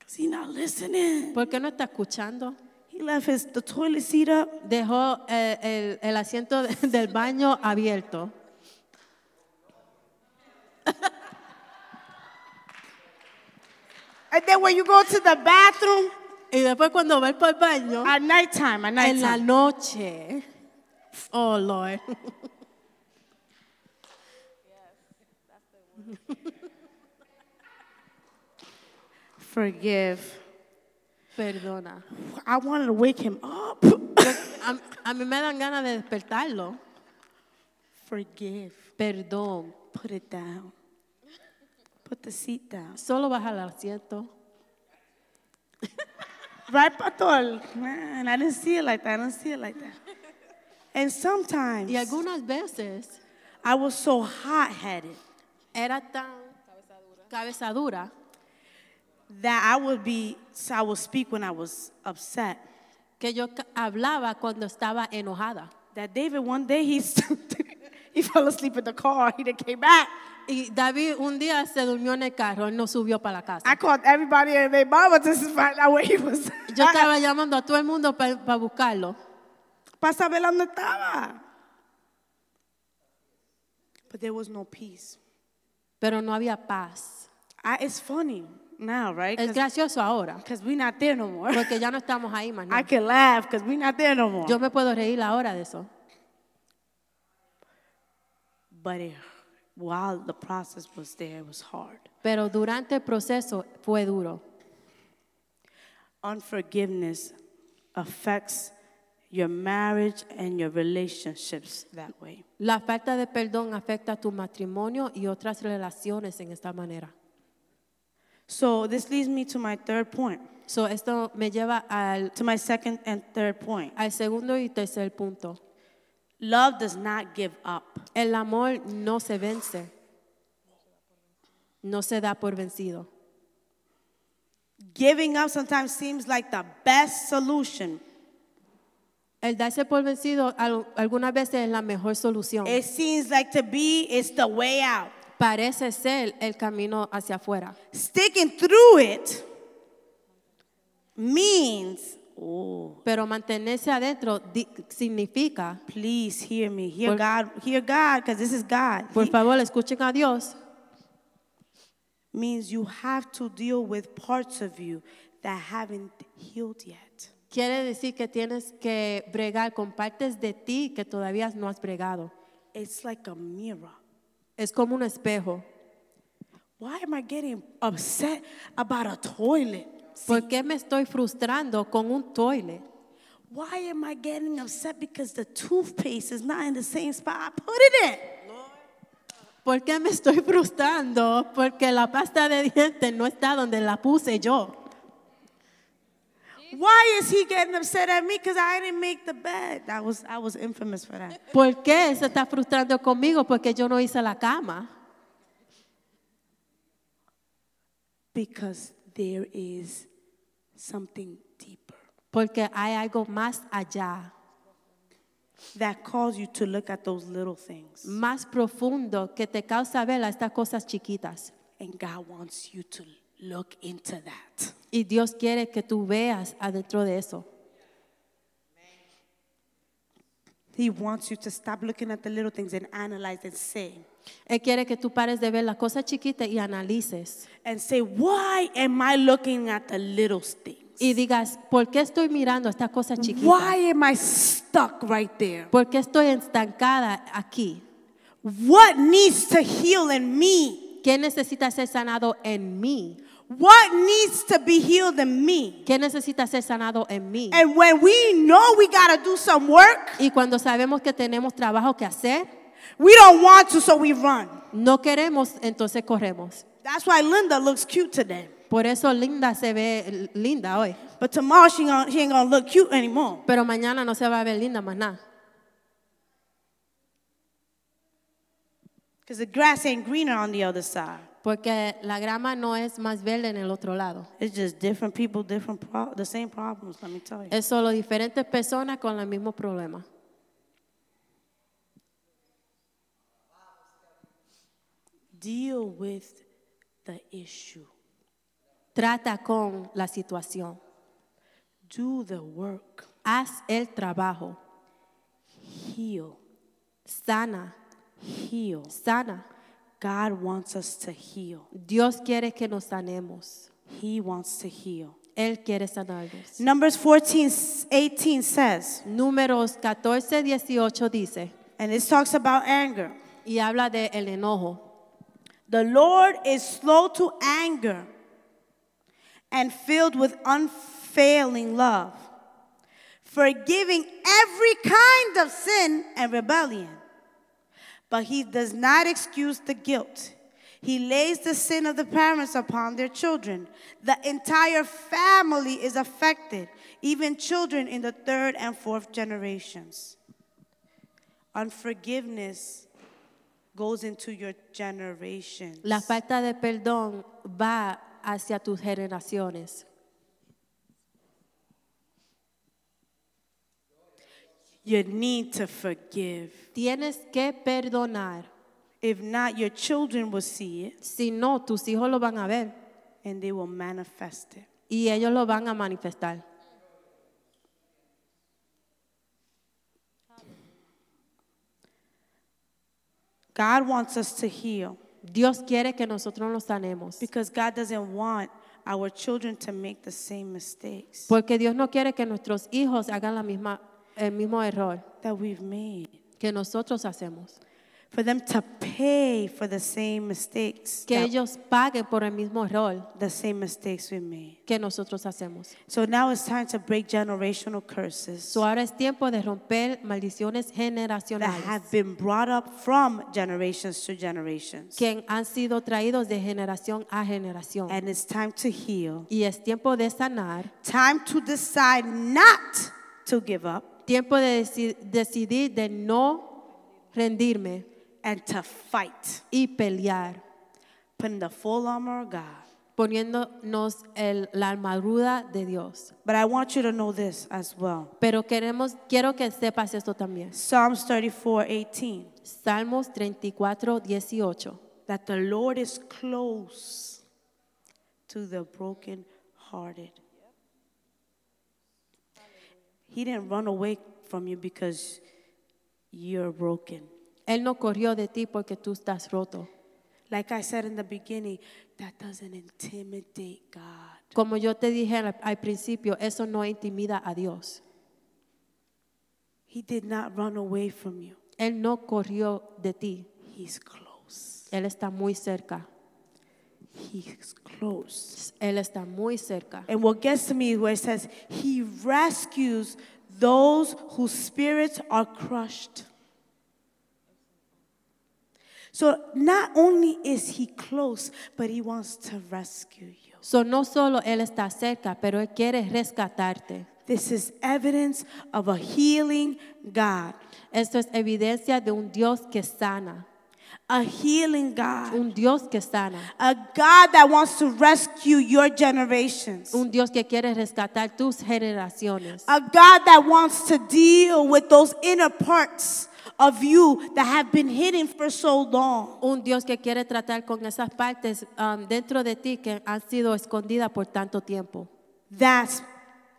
S4: Cause he not listening.
S3: ¿Por qué no está escuchando?
S4: He left his the toilet seat up.
S3: Dejó eh, el, el asiento de- del baño abierto.
S4: And then when you go to the bathroom
S3: Y después cuando va por el baño,
S4: at nighttime, at
S3: en la
S4: nighttime,
S3: noche. Oh, Lord.
S4: forgive.
S3: Perdona.
S4: I wanted to wake him up.
S3: A, a mí me dan ganas de despertarlo.
S4: forgive.
S3: Perdón.
S4: Put it down. Put the seat down.
S3: Solo baja el asiento.
S4: Right, Patol? Man, I didn't see it like that. I didn't see it like that. And sometimes
S3: Y algunas veces
S4: I was so hot headed
S3: era tan cabeza dura
S4: that I would be, so I would speak when I was upset.
S3: que yo ca- hablaba cuando estaba enojada.
S4: that David one day he he fell asleep in the car. He didn't came back.
S3: Y David un día se durmió en el carro, él no subió para la casa.
S4: I called everybody and their mama just to find out where he was.
S3: Yo estaba llamando a todo el mundo para buscarlo.
S4: Para saber dónde estaba. But there was no peace.
S3: pero no había paz.
S4: I, it's funny now, right?
S3: Es gracioso ahora,
S4: Because we're not there no more.
S3: porque ya no estamos ahí, más
S4: I can laugh because we're not there no more.
S3: Yo me puedo reír ahora de eso,
S4: But it, while the process was there, it was hard.
S3: pero durante el proceso fue duro.
S4: Unforgiveness affects your marriage and your relationships that way.
S3: La falta de perdón afecta tu matrimonio y otras relaciones en esta manera.
S4: So this leads me to my third point,
S3: So, esto me lleva al,
S4: to my second and third point.
S3: al segundo y tercer punto.
S4: Love does not give up.
S3: El amor no se vence, no se da por vencido.
S4: Giving up sometimes seems like the best solution.
S3: El darse por vencido al- algunas veces es la mejor solución.
S4: It seems like to be it's the way out.
S3: Parece ser el camino hacia afuera.
S4: Sticking through it means, oh,
S3: Pero mantenerse adentro di- significa,
S4: please hear me. Hear
S3: Por-
S4: God, hear God, because this is God.
S3: por
S4: He-
S3: favor, escuchen a Dios,
S4: means you have to deal with parts of you that haven't healed yet.
S3: quiere decir que tienes que bregar con partes de ti que todavía no has bregado.
S4: It's like a mirror.
S3: Es como un espejo.
S4: Why am I getting upset about a toilet?
S3: ¿Por qué me estoy frustrando con un toile?
S4: Why am I getting upset because the toothpaste is not in the same spot I put it in?
S3: ¿Por qué me estoy frustrando porque la pasta de dientes no está donde la puse yo?
S4: Why is he getting upset at me because I didn't make the bed? That was I was infamous for that.
S3: ¿Por qué se está frustrando conmigo porque yo no hice la cama?
S4: Because there is something deeper
S3: Porque hay algo más allá,
S4: that calls you to look at those little things.
S3: más profundo que te causa ver estas cosas chiquitas.
S4: And God wants you to look into that.
S3: Y Dios quiere que tú veas adentro de eso.
S4: He wants you to stop looking at the little things and analyze and say,
S3: Él quiere que tú pares de ver las cosas chiquitas y analices.
S4: and say, why am I looking at the little things?
S3: Y digas, ¿por qué estoy mirando estas cosas chiquitas?
S4: Why am I stuck right there?
S3: ¿Por qué estoy estancada aquí?
S4: What needs to heal in me?
S3: ¿Qué necesita ser sanado en mí?
S4: What needs to be healed in me?
S3: ¿Qué necesita ser sanado en mí?
S4: And when we know we got to do some work,
S3: Y cuando sabemos que tenemos trabajo que hacer,
S4: we don't want to, so we run.
S3: no queremos, entonces corremos.
S4: That's why Linda looks cute today.
S3: Por eso Linda se ve linda hoy,
S4: But tomorrow she, gonna, she ain't going to look cute anymore.
S3: pero mañana no se va a ver linda más nada.
S4: Because the grass ain't greener on the other side.
S3: Porque la grama no es más verde en el otro lado.
S4: It's just different people, different pro- the same problems, let me tell you.
S3: Es solo diferentes personas con el mismo problema.
S4: Deal with the issue.
S3: Trata con la situación.
S4: Do the work.
S3: Haz el trabajo.
S4: Heal.
S3: Sana,
S4: Heal.
S3: sana.
S4: God wants us to heal.
S3: Dios quiere que nos sanemos.
S4: He wants to heal.
S3: Él quiere sanarnos.
S4: Numbers 14, 18 says,
S3: Números 14, 18 dice,
S4: and this talks about anger.
S3: y habla del el enojo.
S4: The Lord is slow to anger and filled with unfailing love, forgiving every kind of sin and rebellion. But he does not excuse the guilt. He lays the sin of the parents upon their children. The entire family is affected, even children in the third and fourth generations. Unforgiveness goes into your generations.
S3: La falta de perdón va hacia tus generaciones.
S4: You need to forgive.
S3: Tienes que perdonar.
S4: If not, your children will see it
S3: Si no, tus hijos lo van a ver
S4: and they will manifest it.
S3: y ellos lo van a manifestar.
S4: God wants us to heal
S3: Dios quiere que nosotros nos sanemos.
S4: because God doesn't want our children to make the same mistakes
S3: Porque Dios no quiere que nuestros hijos hagan la misma, el mismo error
S4: that we've made.
S3: que nosotros hacemos.
S4: For them to pay for the same mistakes,
S3: Que
S4: that-
S3: ellos paguen por el mismo error
S4: the same mistakes we made.
S3: que nosotros hacemos.
S4: So now it's time to break generational curses
S3: So ahora es tiempo de romper maldiciones
S4: that
S3: generacionales
S4: have been brought up from generations to generations.
S3: que han sido traídos de generación a generación.
S4: And it's time to heal.
S3: Y es tiempo de sanar,
S4: Time to decide not to give up
S3: tiempo de deci- decidir de no rendirme
S4: and to fight.
S3: y pelear,
S4: Putting the full armor of God.
S3: poniéndonos el- la armadura de Dios.
S4: But I want you to know this as well.
S3: Pero queremos, quiero que sepas esto también.
S4: Psalms 34 18.
S3: Salmos 34, 18.
S4: That the Lord is close to the brokenhearted. He didn't run away from you because you're broken.
S3: Él no corrió de ti porque tú estás roto.
S4: Like I said in the beginning, that doesn't intimidate God.
S3: Como yo te dije al, al principio, eso no intimida a Dios.
S4: He did not run away from you,
S3: Él no corrió de ti.
S4: He's close.
S3: Él está muy cerca.
S4: He's close.
S3: Él está muy cerca.
S4: And what gets to me is where it says, He rescues those whose spirits are crushed. So not only is He close, but He wants to rescue you.
S3: So, no solo Él está cerca, pero Él quiere rescatarte.
S4: This is evidence of a healing God,
S3: Esto es evidencia de un Dios que sana.
S4: a healing God,
S3: Un Dios que sana.
S4: a God that wants to rescue your generations.
S3: Un Dios que quiere rescatar tus generaciones.
S4: A God that wants to deal with those inner parts of you that have been hidden for so long.
S3: un Dios que quiere tratar con esas partes um, dentro de ti que han sido escondidas por tanto tiempo.
S4: That's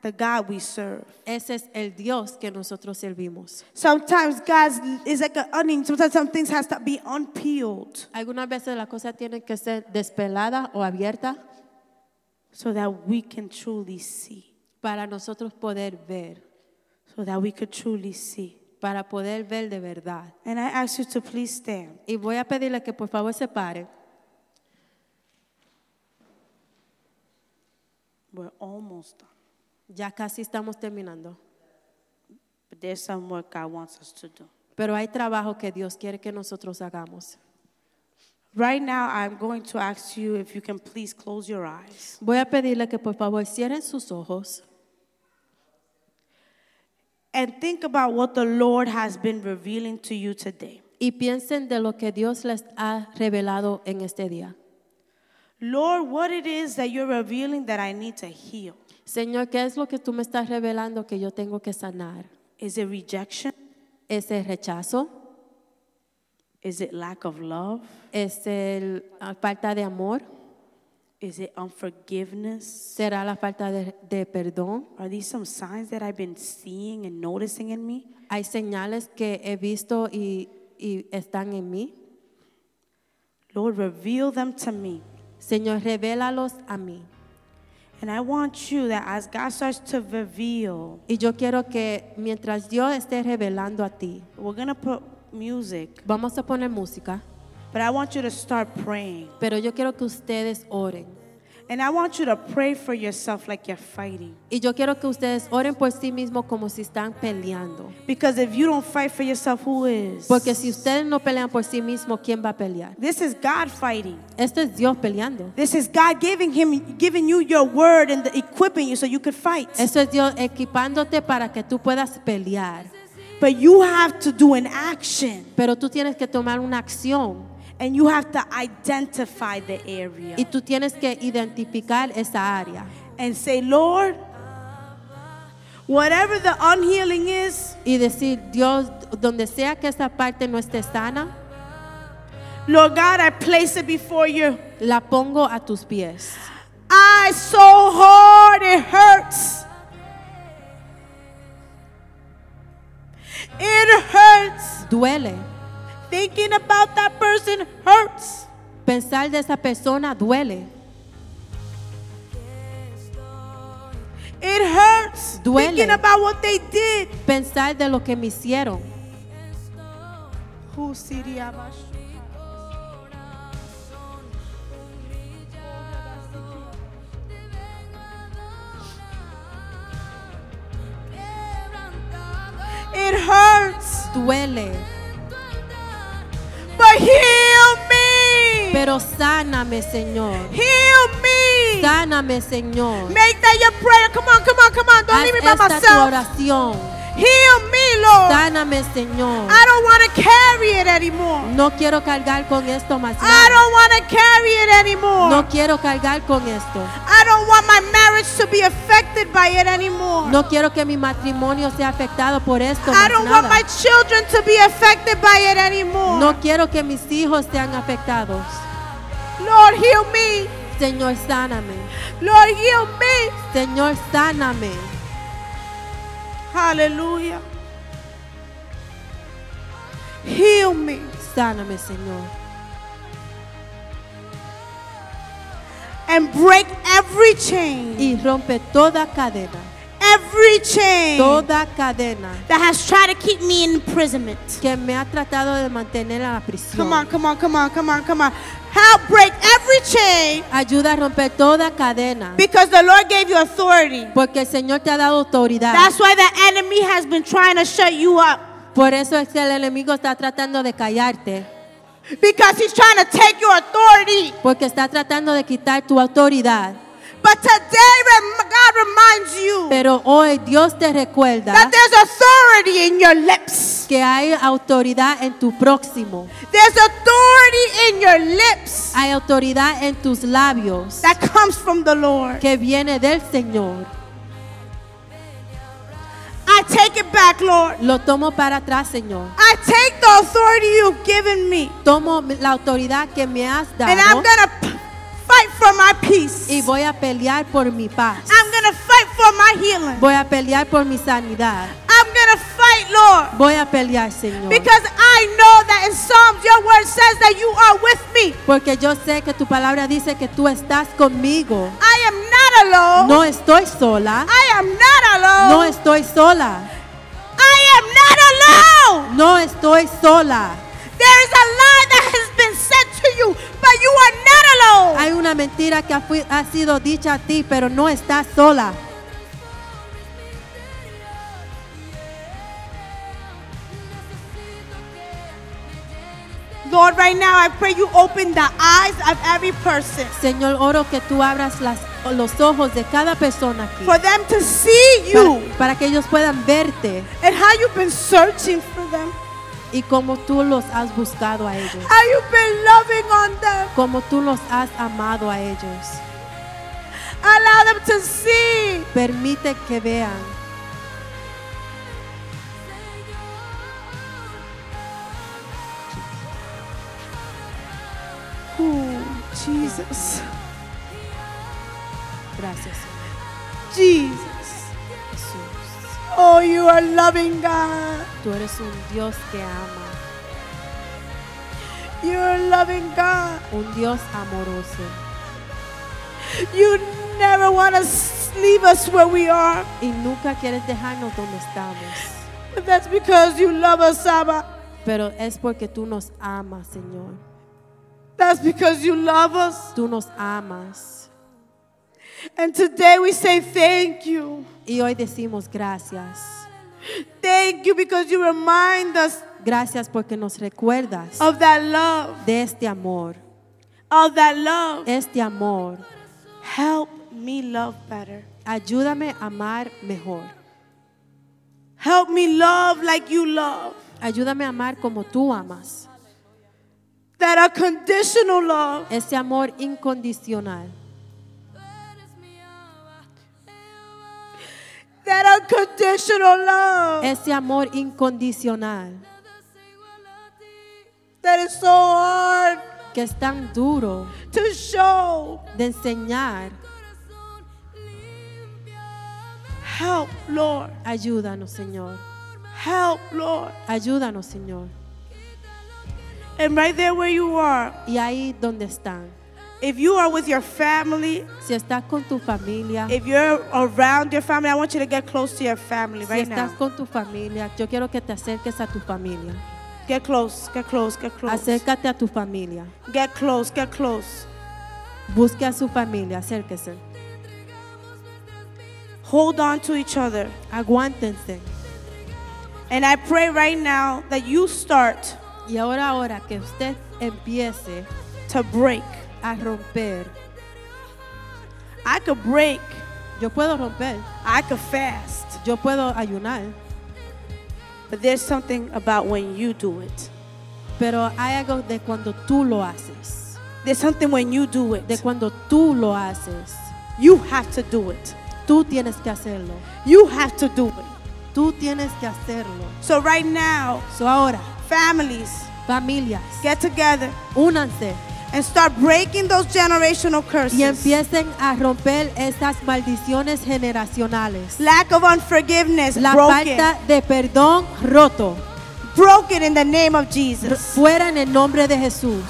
S4: the God we serve.
S3: Ese es el Dios que nosotros servimos.
S4: Sometimes God is like an onion. Sometimes some things has to be unpeeled
S3: Algunas veces las cosas tienen que ser despeladas o abiertas
S4: so that we can truly see.
S3: para nosotros poder ver,
S4: So that we could truly see.
S3: para poder ver de verdad.
S4: And I ask you to please stand.
S3: Y voy a pedirle que por favor se pare.
S4: We're almost done.
S3: Ya casi estamos terminando,
S4: But there's some work God wants us to do.
S3: pero hay trabajo que Dios quiere que nosotros hagamos.
S4: Right now, I'm going to ask you if you can please close your eyes.
S3: Voy a pedirle que por favor cierren sus ojos
S4: And think about what the Lord has been revealing to you today.
S3: y piensen de lo que Dios les ha revelado en este día.
S4: Lord, what it is that you're revealing that I need to heal?
S3: Señor, ¿qué es lo que tú me estás revelando que yo tengo que sanar?
S4: Is it rejection?
S3: ¿Es el rechazo?
S4: Is it lack of love?
S3: ¿Es el, la falta de amor?
S4: Is it unforgiveness?
S3: ¿Será la falta de, de perdón?
S4: Are these some signs that I've been seeing and noticing in me?
S3: ¿Hay señales que he visto y, y están en mí?
S4: Lord, reveal them to me.
S3: Señor, revélalos a mí.
S4: And I want you that as God starts to reveal,
S3: Y yo quiero que mientras Dios esté revelando a ti,
S4: we're going to put music,
S3: vamos a poner música,
S4: but I want you to start praying.
S3: pero yo quiero que ustedes oren.
S4: And I want you to pray for yourself like you're fighting.
S3: Y yo quiero que ustedes oren por sí mismos como si están peleando.
S4: Because if you don't fight for yourself, who is?
S3: Porque si ustedes no pelean por sí mismos, ¿quién va a pelear?
S4: this is God fighting.
S3: Esto es Dios peleando.
S4: This is God giving him giving you your word and the, equipping you so you could fight.
S3: Esto es Dios equipándote para que tú puedas pelear.
S4: But you have to do an action.
S3: Pero tú tienes que tomar una acción
S4: And you have to identify the area
S3: y tú tienes que identificar esa área
S4: and say, Lord, whatever the unhealing is,
S3: y decir, Dios, donde sea que esa parte no esté sana,
S4: Lord God, I place it before you.
S3: la pongo a tus pies.
S4: I so hard it hurts. It hurts.
S3: Duele.
S4: Thinking about that person hurts.
S3: Pensar de esa persona duele.
S4: It hurts.
S3: Duele.
S4: Thinking about what they did.
S3: Pensar de lo que me hicieron.
S4: Who sería más? It hurts,
S3: Duele.
S4: but heal me.
S3: Pero sáname, Señor.
S4: heal me.
S3: Sáname, Señor.
S4: Make that your prayer. Come on, come on, come on. Don't
S3: Haz
S4: leave me by
S3: esta tu
S4: myself.
S3: oración.
S4: Heal me, Lord.
S3: Sáname, Señor.
S4: I don't want to carry it anymore.
S3: No quiero cargar con esto más
S4: I
S3: nada.
S4: don't want to carry it anymore.
S3: No quiero cargar con esto.
S4: I don't want my marriage to be affected by it anymore.
S3: No quiero que mi matrimonio sea afectado por esto
S4: I
S3: más
S4: don't want
S3: nada.
S4: my children to be affected by it anymore.
S3: No quiero que mis hijos sean afectados.
S4: Lord, heal me.
S3: Señor, sáname.
S4: Lord, heal me.
S3: Señor, sáname.
S4: Hallelujah. Heal me.
S3: Sáname, Señor.
S4: And break every chain.
S3: Y rompe toda cadena.
S4: Every chain
S3: Toda cadena
S4: that has tried to keep me in imprisonment.
S3: que me ha tratado de mantener en la
S4: Come on,
S3: prisión.
S4: come on, come on, come on, come on. Help break every chain
S3: Ayuda a romper toda cadena.
S4: because the Lord gave you authority.
S3: Porque el Señor te ha dado autoridad.
S4: That's why the enemy has been trying to shut you up.
S3: Por eso es que el enemigo está tratando de callarte.
S4: Because he's trying to take your authority.
S3: Porque está tratando de quitar tu autoridad.
S4: But today, rem- God reminds you
S3: Pero hoy Dios te recuerda
S4: that there's authority in your lips.
S3: que hay autoridad en tu próximo.
S4: There's authority in your lips
S3: Hay autoridad en tus labios
S4: that comes from the Lord.
S3: que viene del Señor.
S4: I take it back, Lord.
S3: Lo tomo para atrás, Señor.
S4: I take the authority you've given me.
S3: Tomo la autoridad que me has
S4: And
S3: dado
S4: I'm going to p- fight for my peace.
S3: y voy a pelear por mi paz.
S4: I'm going to fight for my healing.
S3: Voy a pelear por mi sanidad.
S4: I'm going to fight, Lord.
S3: Voy a pelear, Señor.
S4: Because I know that in Psalms, your word says that you are with me.
S3: Porque yo sé que tu palabra dice que tú estás conmigo.
S4: I am not alone.
S3: No estoy sola.
S4: I am not
S3: No
S4: alone.
S3: estoy sola.
S4: I am not alone.
S3: No estoy sola.
S4: There is a lie that has been sent to you, but you are not alone.
S3: Hay una mentira que ha, fui- ha sido dicha a ti, pero no estás sola.
S4: Lord, right now I pray you open the eyes of every person
S3: Señor, oro que tú abras las- los ojos de cada persona aquí.
S4: for them to see you
S3: Para, para que ellos puedan verte
S4: and how you've been searching for them,
S3: y como tú los has buscado a ellos.
S4: how you've been loving on them.
S3: Como tú los has amado a ellos.
S4: Allow them to see.
S3: Permite que vean.
S4: Oh, Jesus.
S3: Gracias, Señor
S4: Jesus.
S3: Jesús.
S4: Oh, you are loving God.
S3: Tú eres un Dios que ama.
S4: You are loving God.
S3: Un Dios amoroso.
S4: You never want to leave us where we are.
S3: Y nunca quieres dejarnos donde estamos.
S4: But that's because you love us, Abba.
S3: Pero es porque tú nos amas, Señor.
S4: That's because you love us.
S3: Tú nos amas.
S4: And today we say thank you.
S3: Y hoy decimos gracias.
S4: Thank you because you remind us
S3: Gracias porque nos recuerdas
S4: of that love,
S3: de este amor.
S4: of that love.
S3: Este amor.
S4: Help me love better.
S3: Ayúdame a amar mejor.
S4: Help me love like you love.
S3: Ayúdame a amar como tú amas.
S4: That unconditional love.
S3: Ese amor incondicional.
S4: That unconditional love
S3: ese amor incondicional
S4: that is so hard
S3: que es tan duro
S4: to show.
S3: de enseñar.
S4: Help, Lord.
S3: Ayúdanos, Señor.
S4: Help, Lord.
S3: Ayúdanos, Señor.
S4: And right there where you are,
S3: Y ahí donde están.
S4: if you are with your family,
S3: Si estás con tu familia,
S4: if you're around your family, I want you to get close to your family
S3: si
S4: right
S3: estás
S4: now.
S3: con tu familia, yo quiero que te acerques a tu familia.
S4: Get close, get close, get close.
S3: Acércate a tu familia.
S4: Get close, get close.
S3: Busque a su familia, acérquese.
S4: Hold on to each other.
S3: Aguántense.
S4: And I pray right now that you start
S3: Y ahora, ahora que usted empiece
S4: to break.
S3: a romper,
S4: I could break,
S3: yo puedo romper,
S4: I could fast.
S3: yo puedo ayunar,
S4: But there's something about when you do it.
S3: pero hay algo de cuando tú lo haces,
S4: There's something when you do it.
S3: de cuando tú lo haces.
S4: You have to do it.
S3: Tú tienes que hacerlo,
S4: You have to do it.
S3: tú tienes que hacerlo.
S4: So right now,
S3: So ahora,
S4: families,
S3: familias,
S4: get together
S3: únanse
S4: and start breaking those generational curses.
S3: y empiecen a romper esas maldiciones generacionales.
S4: Lack of unforgiveness
S3: La
S4: broken.
S3: falta de perdón roto,
S4: broken in the name of
S3: r-
S4: Jesus.
S3: fuera en el nombre de Jesús.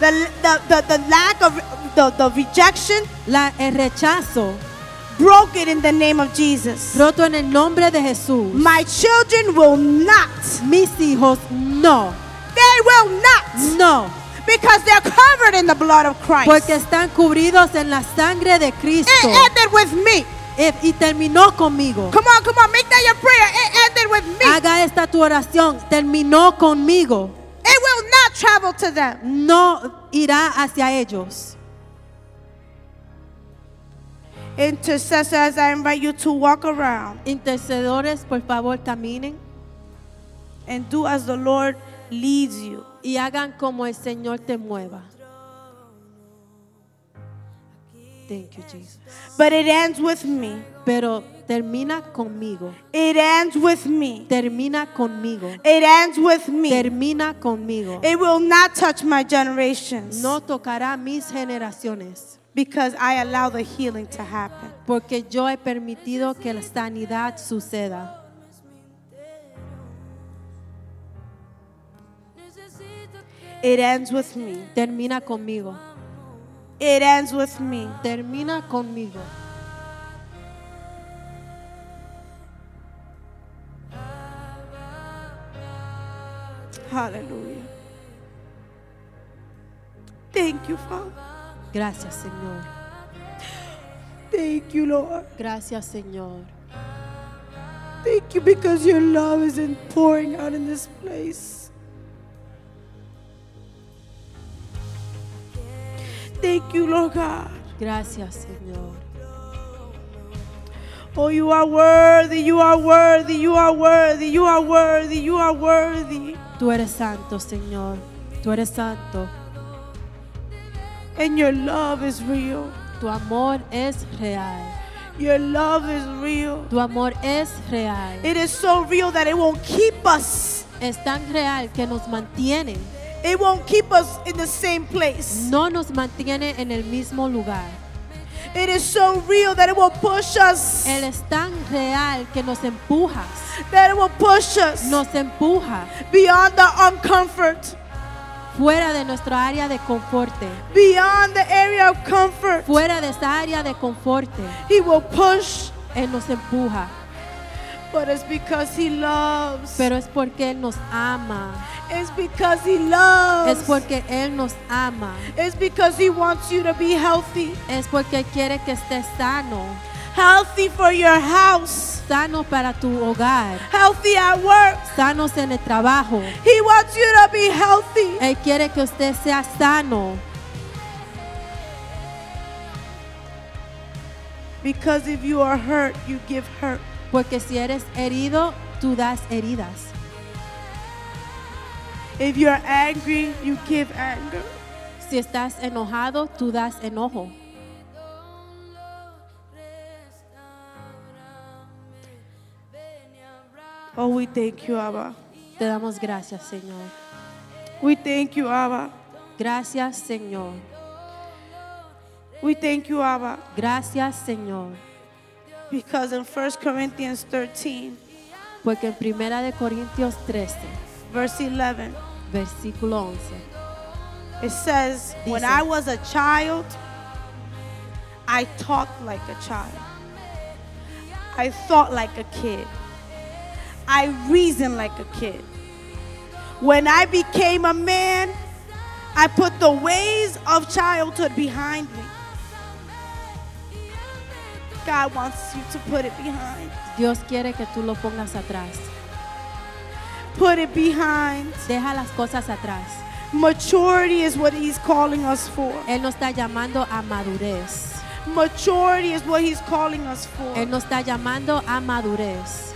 S4: The, the, the, the lack of the, the rejection
S3: La, el rechazo
S4: broken in the name of Jesus.
S3: roto en el nombre de Jesús.
S4: My children will not.
S3: Mis hijos no,
S4: They will not.
S3: no,
S4: Because they're covered in the blood of Christ.
S3: porque están cubridos en la sangre de Cristo.
S4: it ended with me.
S3: Eh, Y terminó conmigo.
S4: Come on, come on. Make that your prayer. It ended with me.
S3: Haga esta tu oración. Terminó conmigo.
S4: It will not travel to them.
S3: No irá hacia ellos.
S4: Intercessors, I invite you to walk around
S3: Intercedores, por favor, caminen
S4: and do as the Lord leads you.
S3: y hagan como el Señor te mueva. Thank you, Jesus.
S4: But it ends with me.
S3: Pero termina conmigo.
S4: It ends with me.
S3: Termina conmigo.
S4: It ends with me.
S3: Termina conmigo.
S4: It will not touch my generations
S3: No tocará mis generaciones,
S4: because I allow the healing to happen.
S3: porque yo he permitido que la sanidad suceda.
S4: It ends with me.
S3: Termina conmigo.
S4: It ends with me.
S3: Termina conmigo.
S4: Hallelujah. Thank you, Father.
S3: Gracias, Señor.
S4: Thank you, Lord.
S3: Gracias, Señor.
S4: Thank you because your love is in pouring out in this place. Thank you, Lord God.
S3: Gracias, Señor.
S4: Oh, you are worthy, you are worthy, you are worthy, you are worthy, you are worthy.
S3: Tú eres santo, Señor. Tú eres santo.
S4: And your love is real.
S3: Tu amor es real.
S4: Your love is real.
S3: Tu amor es real.
S4: It is so real that it won't keep us.
S3: Es tan real que nos mantiene.
S4: It won't keep us in the same place.
S3: No nos mantiene en el mismo lugar.
S4: It is so real that it will push us.
S3: Él es tan real que nos empujas.
S4: That it will push us
S3: nos empuja
S4: beyond the uncomfort,
S3: fuera de nuestra área de confort,
S4: beyond the area of comfort.
S3: fuera de esa área de confort.
S4: He will push,
S3: Él nos empuja,
S4: but it's because He loves.
S3: pero es porque Él nos ama,
S4: It's because He loves.
S3: es porque Él nos ama,
S4: It's because He wants you to be healthy.
S3: es porque Él quiere que estés sano,
S4: Healthy for your house,
S3: sano para tu hogar,
S4: healthy at work.
S3: sanos en el trabajo.
S4: He wants you to be healthy.
S3: Él quiere que usted sea sano,
S4: Because if you are hurt, you give hurt.
S3: porque si eres herido, tú das heridas.
S4: If you're angry, you give anger.
S3: Si estás enojado, tú das enojo.
S4: Oh, we thank you, Abba.
S3: Te damos gracias, Señor.
S4: We thank you, Abba.
S3: Gracias, Señor.
S4: We thank you, Abba.
S3: Gracias, Señor.
S4: Because in 1 Corinthians 13,
S3: Porque en Primera de Corintios 13,
S4: verse 11,
S3: versículo 11,
S4: it says, When
S3: Dice.
S4: I was a child, I talked like a child. I thought like a kid. I reasoned like a kid. When I became a man, I put the ways of childhood behind me. God wants you to put it behind.
S3: Dios quiere que tú lo pongas atrás.
S4: Put it behind.
S3: Deja las cosas atrás.
S4: Maturity is what he's calling us for.
S3: Él nos está llamando a madurez.
S4: Maturity is what he's calling us for.
S3: Él nos está llamando a madurez.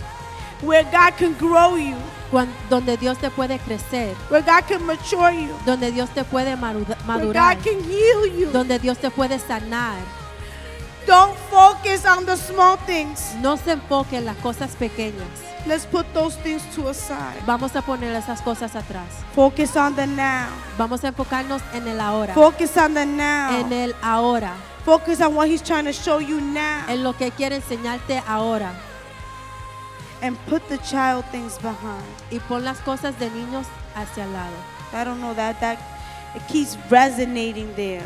S4: Where God can grow you,
S3: Cuan- donde Dios te puede crecer,
S4: where God can mature you,
S3: donde Dios te puede maru-
S4: where
S3: madurar,
S4: God can heal you.
S3: donde Dios te puede sanar.
S4: Don't focus on the small things.
S3: No se enfoque en las cosas pequeñas.
S4: Let's put those things to a side.
S3: Vamos a poner esas cosas atrás.
S4: Focus on the now.
S3: Vamos a enfocarnos en el ahora.
S4: Focus on the
S3: En
S4: now.
S3: el ahora.
S4: Focus on what he's trying to show you now.
S3: En lo que quiere enseñarte ahora.
S4: And put the child things behind.
S3: Y pon las cosas de niños hacia el lado.
S4: I don't know that that it keeps resonating there.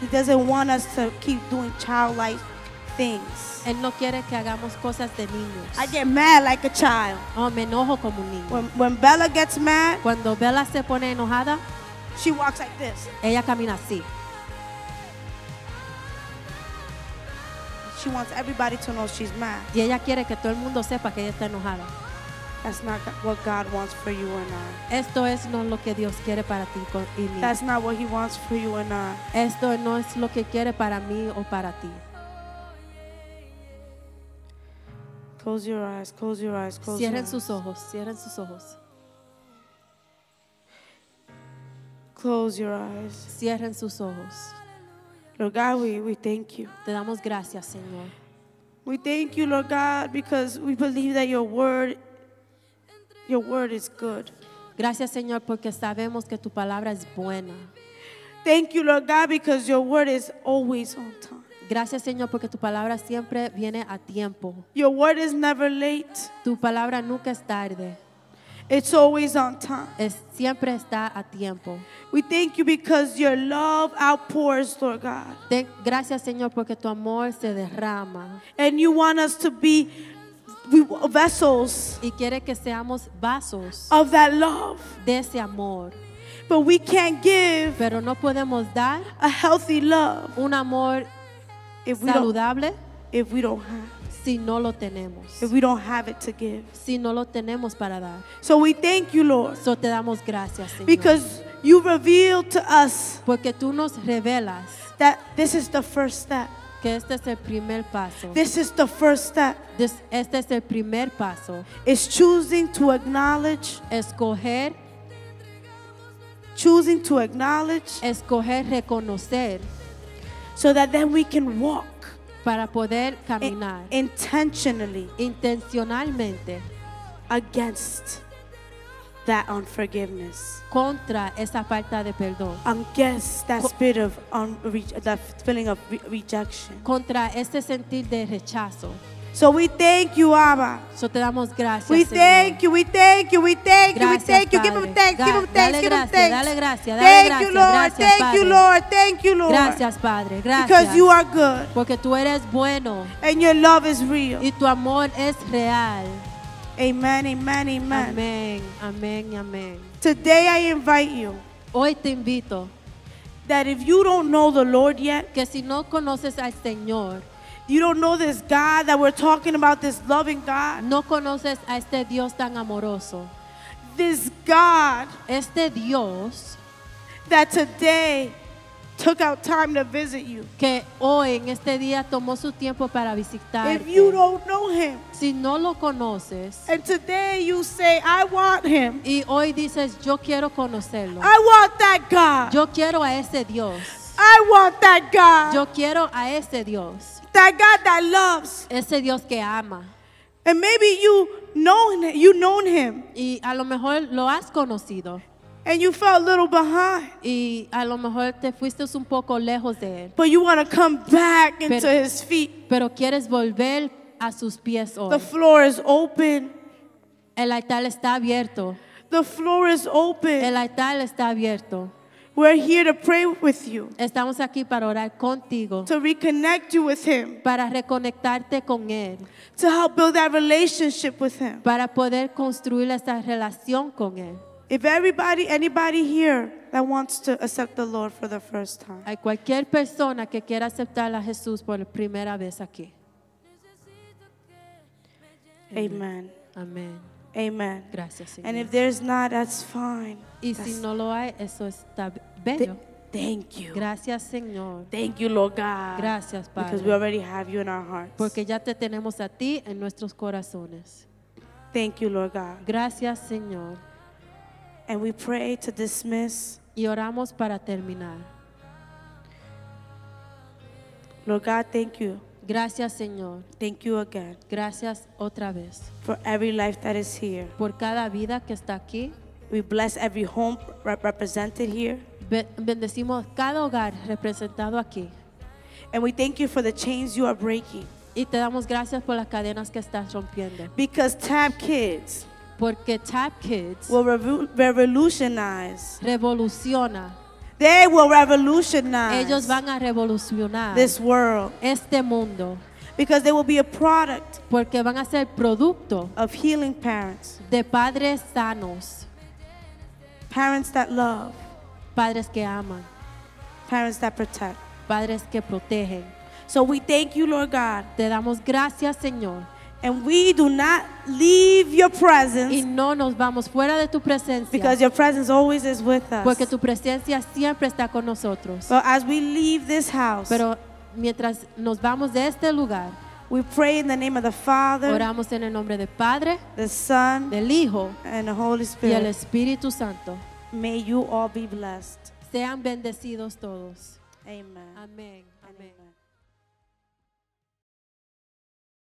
S4: He doesn't want us to keep doing childlike things.
S3: Él no quiere que hagamos cosas de niños.
S4: I get mad like a child.
S3: Oh, me enojo como un niño.
S4: When when Bella gets mad,
S3: Cuando Bella se pone enojada,
S4: she walks like this.
S3: ella camina así.
S4: She wants everybody to know she's mad.
S3: Y ella quiere que todo el mundo sepa que ella está enojada.
S4: That's not go- what God wants for you and I.
S3: Esto es no lo que Dios quiere para ti con- y mí.
S4: That's not what He wants for you and I.
S3: Esto no es lo que quiere para mí o para ti.
S4: Close your eyes. Close your eyes. Close your
S3: Cierren
S4: eyes.
S3: sus ojos, cierren sus ojos,
S4: Close your eyes.
S3: cierren sus ojos.
S4: Lord God, we, we thank you.
S3: Te damos gracias, Señor.
S4: We thank you, Lord God, because we believe that your word your word is good.
S3: Gracias, Señor, porque sabemos que tu palabra es buena.
S4: Thank you, Lord God, because your word is always on time.
S3: Gracias, Señor, porque tu palabra siempre viene a tiempo.
S4: Your word is never late.
S3: Tu palabra nunca es tarde,
S4: It's always on time.
S3: es, siempre está a tiempo.
S4: We thank you because your love outpours, Lord God.
S3: Te- gracias, Señor, porque tu amor se derrama
S4: And you want us to be we, vessels
S3: y quiere que seamos vasos
S4: of that love.
S3: de ese amor.
S4: But we can't give
S3: Pero no podemos dar
S4: a healthy love
S3: un amor
S4: if we don't,
S3: saludable
S4: if we don't have
S3: si no lo tenemos.
S4: if we don't have it to give.
S3: Si no lo tenemos para dar.
S4: So we thank you, Lord.
S3: So te damos gracias, Señor.
S4: Because you revealed to us
S3: porque tú nos revelas
S4: that this is the first step.
S3: que este es el primer paso.
S4: This is the first step.
S3: This- este es el primer paso.
S4: It's choosing to acknowledge,
S3: Escoger,
S4: choosing to acknowledge
S3: escoger, reconocer
S4: so that then we can walk
S3: para poder
S4: in-
S3: caminar
S4: intentionally
S3: intencionalmente
S4: against that unforgiveness,
S3: contra esa falta de perdón,
S4: against that
S3: Co-
S4: spirit of unre- that feeling of re- rejection.
S3: contra ese sentir de rechazo.
S4: So we thank you, Abba.
S3: So te damos gracias.
S4: We
S3: Señor.
S4: thank you, we thank you, we thank you, we
S3: Gracias,
S4: thank you. Give
S3: Padre.
S4: him thanks, give him
S3: Da-
S4: thanks,
S3: dale
S4: give him
S3: gracias,
S4: thanks.
S3: dale gracias, dale
S4: Thank you,
S3: gracias,
S4: Lord,
S3: gracias,
S4: thank you,
S3: Padre.
S4: Lord, thank you, Lord.
S3: Gracias, Padre. Gracias.
S4: Because you are good
S3: porque tú eres bueno
S4: and your love is real.
S3: y tu amor es real.
S4: Amen, amen, amen.
S3: Amén, amén y amén.
S4: Today I invite you
S3: Hoy te invito
S4: that if you don't know the Lord yet,
S3: que si no conoces al Señor,
S4: you don't know this God that we're talking about, this loving God,
S3: no conoces a este Dios tan amoroso,
S4: this God
S3: este Dios
S4: that today took out time to visit you.
S3: que hoy en este día tomó su tiempo para visitar.
S4: If you don't know him
S3: Si no lo conoces
S4: and today you say, I want him,
S3: y hoy dices, yo quiero conocerlo,
S4: I want that God.
S3: yo quiero a ese Dios,
S4: I want that God
S3: yo quiero a ese Dios
S4: that God that loves.
S3: ese Dios que ama.
S4: And maybe you known you known him
S3: Y a lo mejor lo has conocido
S4: and you felt a little behind.
S3: y a lo mejor te fuiste un poco lejos de Él,
S4: But you want to come back into
S3: Pero-
S4: his feet.
S3: pero quieres volver a sus pies hoy.
S4: The floor is open.
S3: El altar está abierto.
S4: The floor is open.
S3: El altar está abierto.
S4: We're here to pray with you,
S3: Estamos aquí para orar contigo,
S4: to reconnect you with him,
S3: para reconectarte con Él,
S4: to help build that relationship with him.
S3: para poder construir esa relación con Él.
S4: If everybody, anybody here that wants to accept the Lord for the first time,
S3: Hay cualquier persona que quiera aceptar a Jesús por primera vez aquí.
S4: amen.
S3: Amén.
S4: Amen.
S3: Gracias, Señor.
S4: And if there's not, that's fine.
S3: y si no lo hay, eso está bello.
S4: Thank you.
S3: Gracias, Señor.
S4: Thank you, Lord God.
S3: Gracias,
S4: Because we
S3: Padre.
S4: already have you in our hearts.
S3: Porque ya te tenemos a ti en nuestros corazones.
S4: Thank you, Lord God.
S3: Gracias, Señor.
S4: And we pray to dismiss.
S3: Y oramos para terminar.
S4: Lord God, thank you.
S3: Gracias, Señor.
S4: Thank you again
S3: Gracias otra vez
S4: for every life that is here.
S3: por cada vida que está aquí.
S4: We bless every home rep- represented here.
S3: Be- Bendecimos cada hogar representado aquí.
S4: And we thank you for the chains you are breaking.
S3: Y te damos gracias por las cadenas que estás rompiendo.
S4: Because Tab Kids
S3: Porque Tap Kids
S4: will revo- revolutionize.
S3: revoluciona.
S4: They will revolutionize
S3: Ellos van a revolucionar
S4: this world.
S3: este mundo.
S4: Because they will be a product
S3: Porque van a ser producto
S4: of healing parents,
S3: de padres sanos,
S4: parents that love,
S3: padres que aman,
S4: parents that protect.
S3: padres que protegen.
S4: So we thank you, Lord God.
S3: Te damos gracias, Señor.
S4: And we do not leave your
S3: Y
S4: presence
S3: no nos vamos fuera de tu presencia.
S4: because your presence always is with us.
S3: Porque tu presencia siempre está con nosotros.
S4: But as we leave this house,
S3: Pero mientras nos vamos de este lugar,
S4: we pray in the name of the Father,
S3: oramos en el nombre del Padre,
S4: the Son,
S3: del Hijo
S4: and the Holy
S3: y el
S4: Spirit.
S3: Espíritu Santo.
S4: May you all be blessed.
S3: Sean bendecidos todos.
S4: Amen.
S3: Amén. Amén.
S4: Amen.